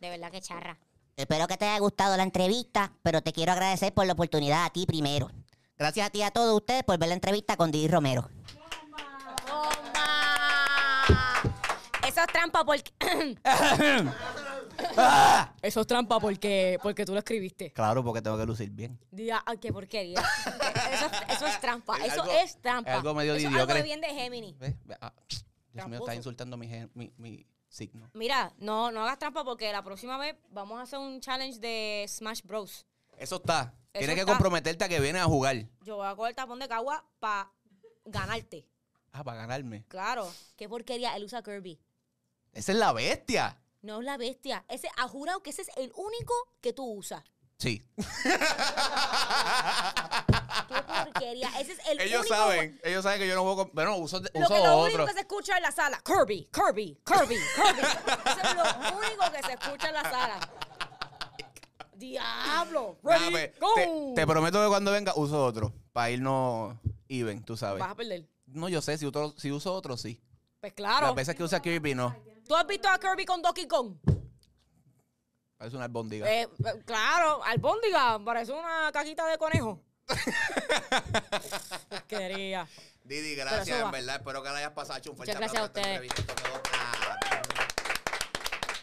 De verdad que charra.
Espero que te haya gustado la entrevista, pero te quiero agradecer por la oportunidad a ti primero. Gracias a ti y a todos ustedes por ver la entrevista con Didi Romero.
¡Bomba! Eso es trampa
*laughs*
porque... Eso es trampa porque, porque tú lo escribiste.
Claro, porque tengo que lucir bien.
Diga, ay, qué porquería. *laughs* Eso, es- eso es trampa.
Es
Eso
algo-
es trampa.
es algo medio
eso es
idiocre.
algo de bien de Gemini.
¿Ves? Ve- ah, Dios mío,
Tramposo.
estás insultando mi, gen- mi, mi signo.
Mira, no, no hagas trampa porque la próxima vez vamos a hacer un challenge de Smash Bros.
Eso está. Tienes que
está.
comprometerte a que vienes a jugar.
Yo voy a coger el tapón de cagua para ganarte.
Ah, para ganarme.
Claro. Qué porquería. Él usa Kirby.
Esa es la bestia.
No es la bestia. Ese, ha jurado que ese es el único que tú usas.
Sí.
Qué porquería. Ese es el
ellos
único.
saben, ellos saben que yo no juego con... Bueno, uso,
Lo,
uso
que, lo único
otro.
que se escucha en la sala. Kirby, Kirby, Kirby, Kirby. Eso es lo único que se escucha en la sala. Diablo.
Nada,
Ready,
pues,
go.
te, te prometo que cuando venga uso otro. Para irnos even, tú sabes.
Vas a perder.
No, yo sé, si, otro- si uso otro, sí.
Pues
Las
claro.
veces que usa Kirby, no.
¿Tú has visto a Kirby con Donkey Kong?
Parece una albóndiga.
Eh, eh, claro, albóndiga. Parece una cajita
*laughs*
de conejo. Porquería.
Didi,
Pero
gracias,
eso
en
va.
verdad. Espero que la hayas pasado. hecho Un fuerte
Muchas gracias
aplauso
a
esta entrevista. Esto quedó- Ah,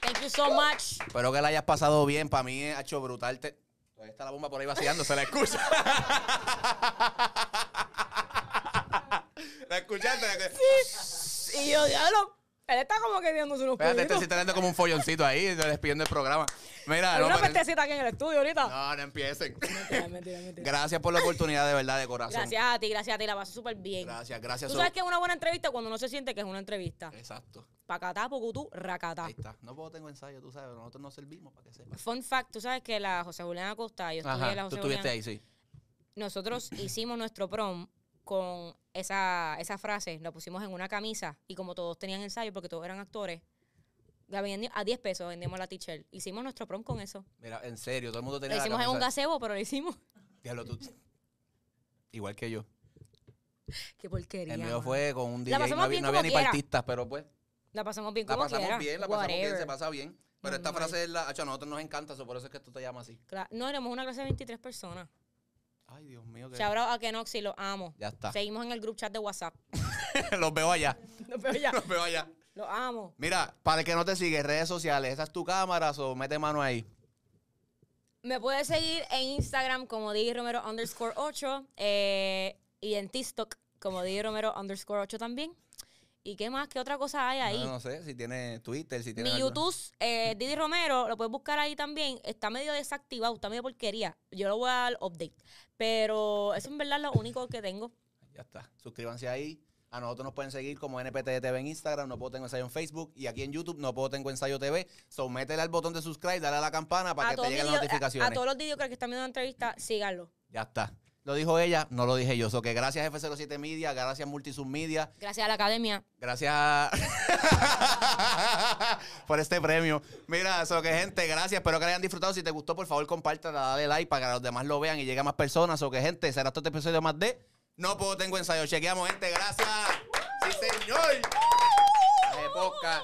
Thank you so much.
Espero que la hayas pasado bien. Para mí ha hecho brutal. Te... Todavía está la bomba por ahí vaciando. Se la escucha. *laughs* la escuchaste. La...
Y yo, diablo. Él está como que viéndose unos
Espérate, este
pulitos.
sí está dando como un folloncito ahí, despidiendo el programa. Mira,
Hay
no,
una
pero-
pestecita aquí en el estudio ahorita.
no, no empiecen.
Mentira, mentira, mentira.
Gracias por la oportunidad, de verdad, de corazón.
Gracias a ti, gracias a ti, la pasé súper bien.
Gracias, gracias.
Tú sabes que es una buena entrevista cuando no se siente que es una entrevista.
Exacto.
Pacatá, pocutú, racatá.
Ahí está. No puedo tengo ensayo, tú sabes. Nosotros no servimos para que sepas.
Fun fact, tú sabes que la José Julián Acosta, yo estudié en la
Ajá, tú
José
estuviste
Julián.
ahí, sí. *clears throat*
Nosotros hicimos nuestro prom con esa, esa frase, la pusimos en una camisa y como todos tenían ensayo porque todos eran actores, la vendi- a 10 pesos vendimos la t-shirt. Hicimos nuestro prom con eso.
Mira, en serio, todo el mundo
Lo
tenía la
hicimos en un
camisa-
gazebo, pero lo hicimos.
Diablo, tú. Igual que yo.
*laughs* Qué porquería.
El mío
mano.
fue con un DJ. No,
pasamos
había-
bien
no había
como
ni
quiera.
partistas, pero pues.
La pasamos bien
La
como
pasamos
quiera.
bien, la pasamos bien, se
whatever.
pasa bien. Pero esta
Normal.
frase es la. Acho, a nosotros nos encanta eso, por eso es que tú te llamas así.
Cla- No, éramos una clase de 23 personas.
Ay, Dios mío. que-
Shout out a Kenoxi, los amo.
Ya está. *laughs*
Seguimos en el group chat de WhatsApp.
Los veo allá.
*laughs*
*laughs*
No, pero *laughs* ya.
Los veo allá.
Los amo.
Mira, para el que no te sigue, redes sociales, esa es tu cámara, o mete mano ahí.
Me puedes seguir en Instagram como Didi Romero underscore 8 eh, y en TikTok como Didi Romero underscore 8 también. ¿Y qué más? ¿Qué otra cosa hay ahí?
No, no sé si tiene Twitter, si tiene.
Mi
algo.
YouTube, eh, Didi Romero, lo puedes buscar ahí también. Está medio desactivado, está medio porquería. Yo lo voy a dar update. Pero eso en verdad es lo único que tengo.
Ya está. Suscríbanse ahí. A nosotros nos pueden seguir como NPT TV en Instagram, No Puedo Tengo Ensayo en Facebook y aquí en YouTube, No Puedo Tengo Ensayo TV. So, métele al botón de subscribe, dale a la campana para
a,
que te
todos
lleguen
mis
las
video- a-
notificaciones.
a todos los videos que están viendo la entrevista, síganlo.
Ya está. Lo dijo ella, no lo dije yo. So que gracias F07 Media, gracias Multisub Media,
Gracias a la academia.
gracias *laughs* por este premio. Mira, so que gente, gracias. Espero que la hayan disfrutado. Si te gustó, por favor, compártela, dale like para que los demás lo vean y llegue a más personas. So que gente, será este episodio más de No Puedo Tengo Ensayo. Chequeamos, gente. Gracias. Sí, señor. Dale, podcast.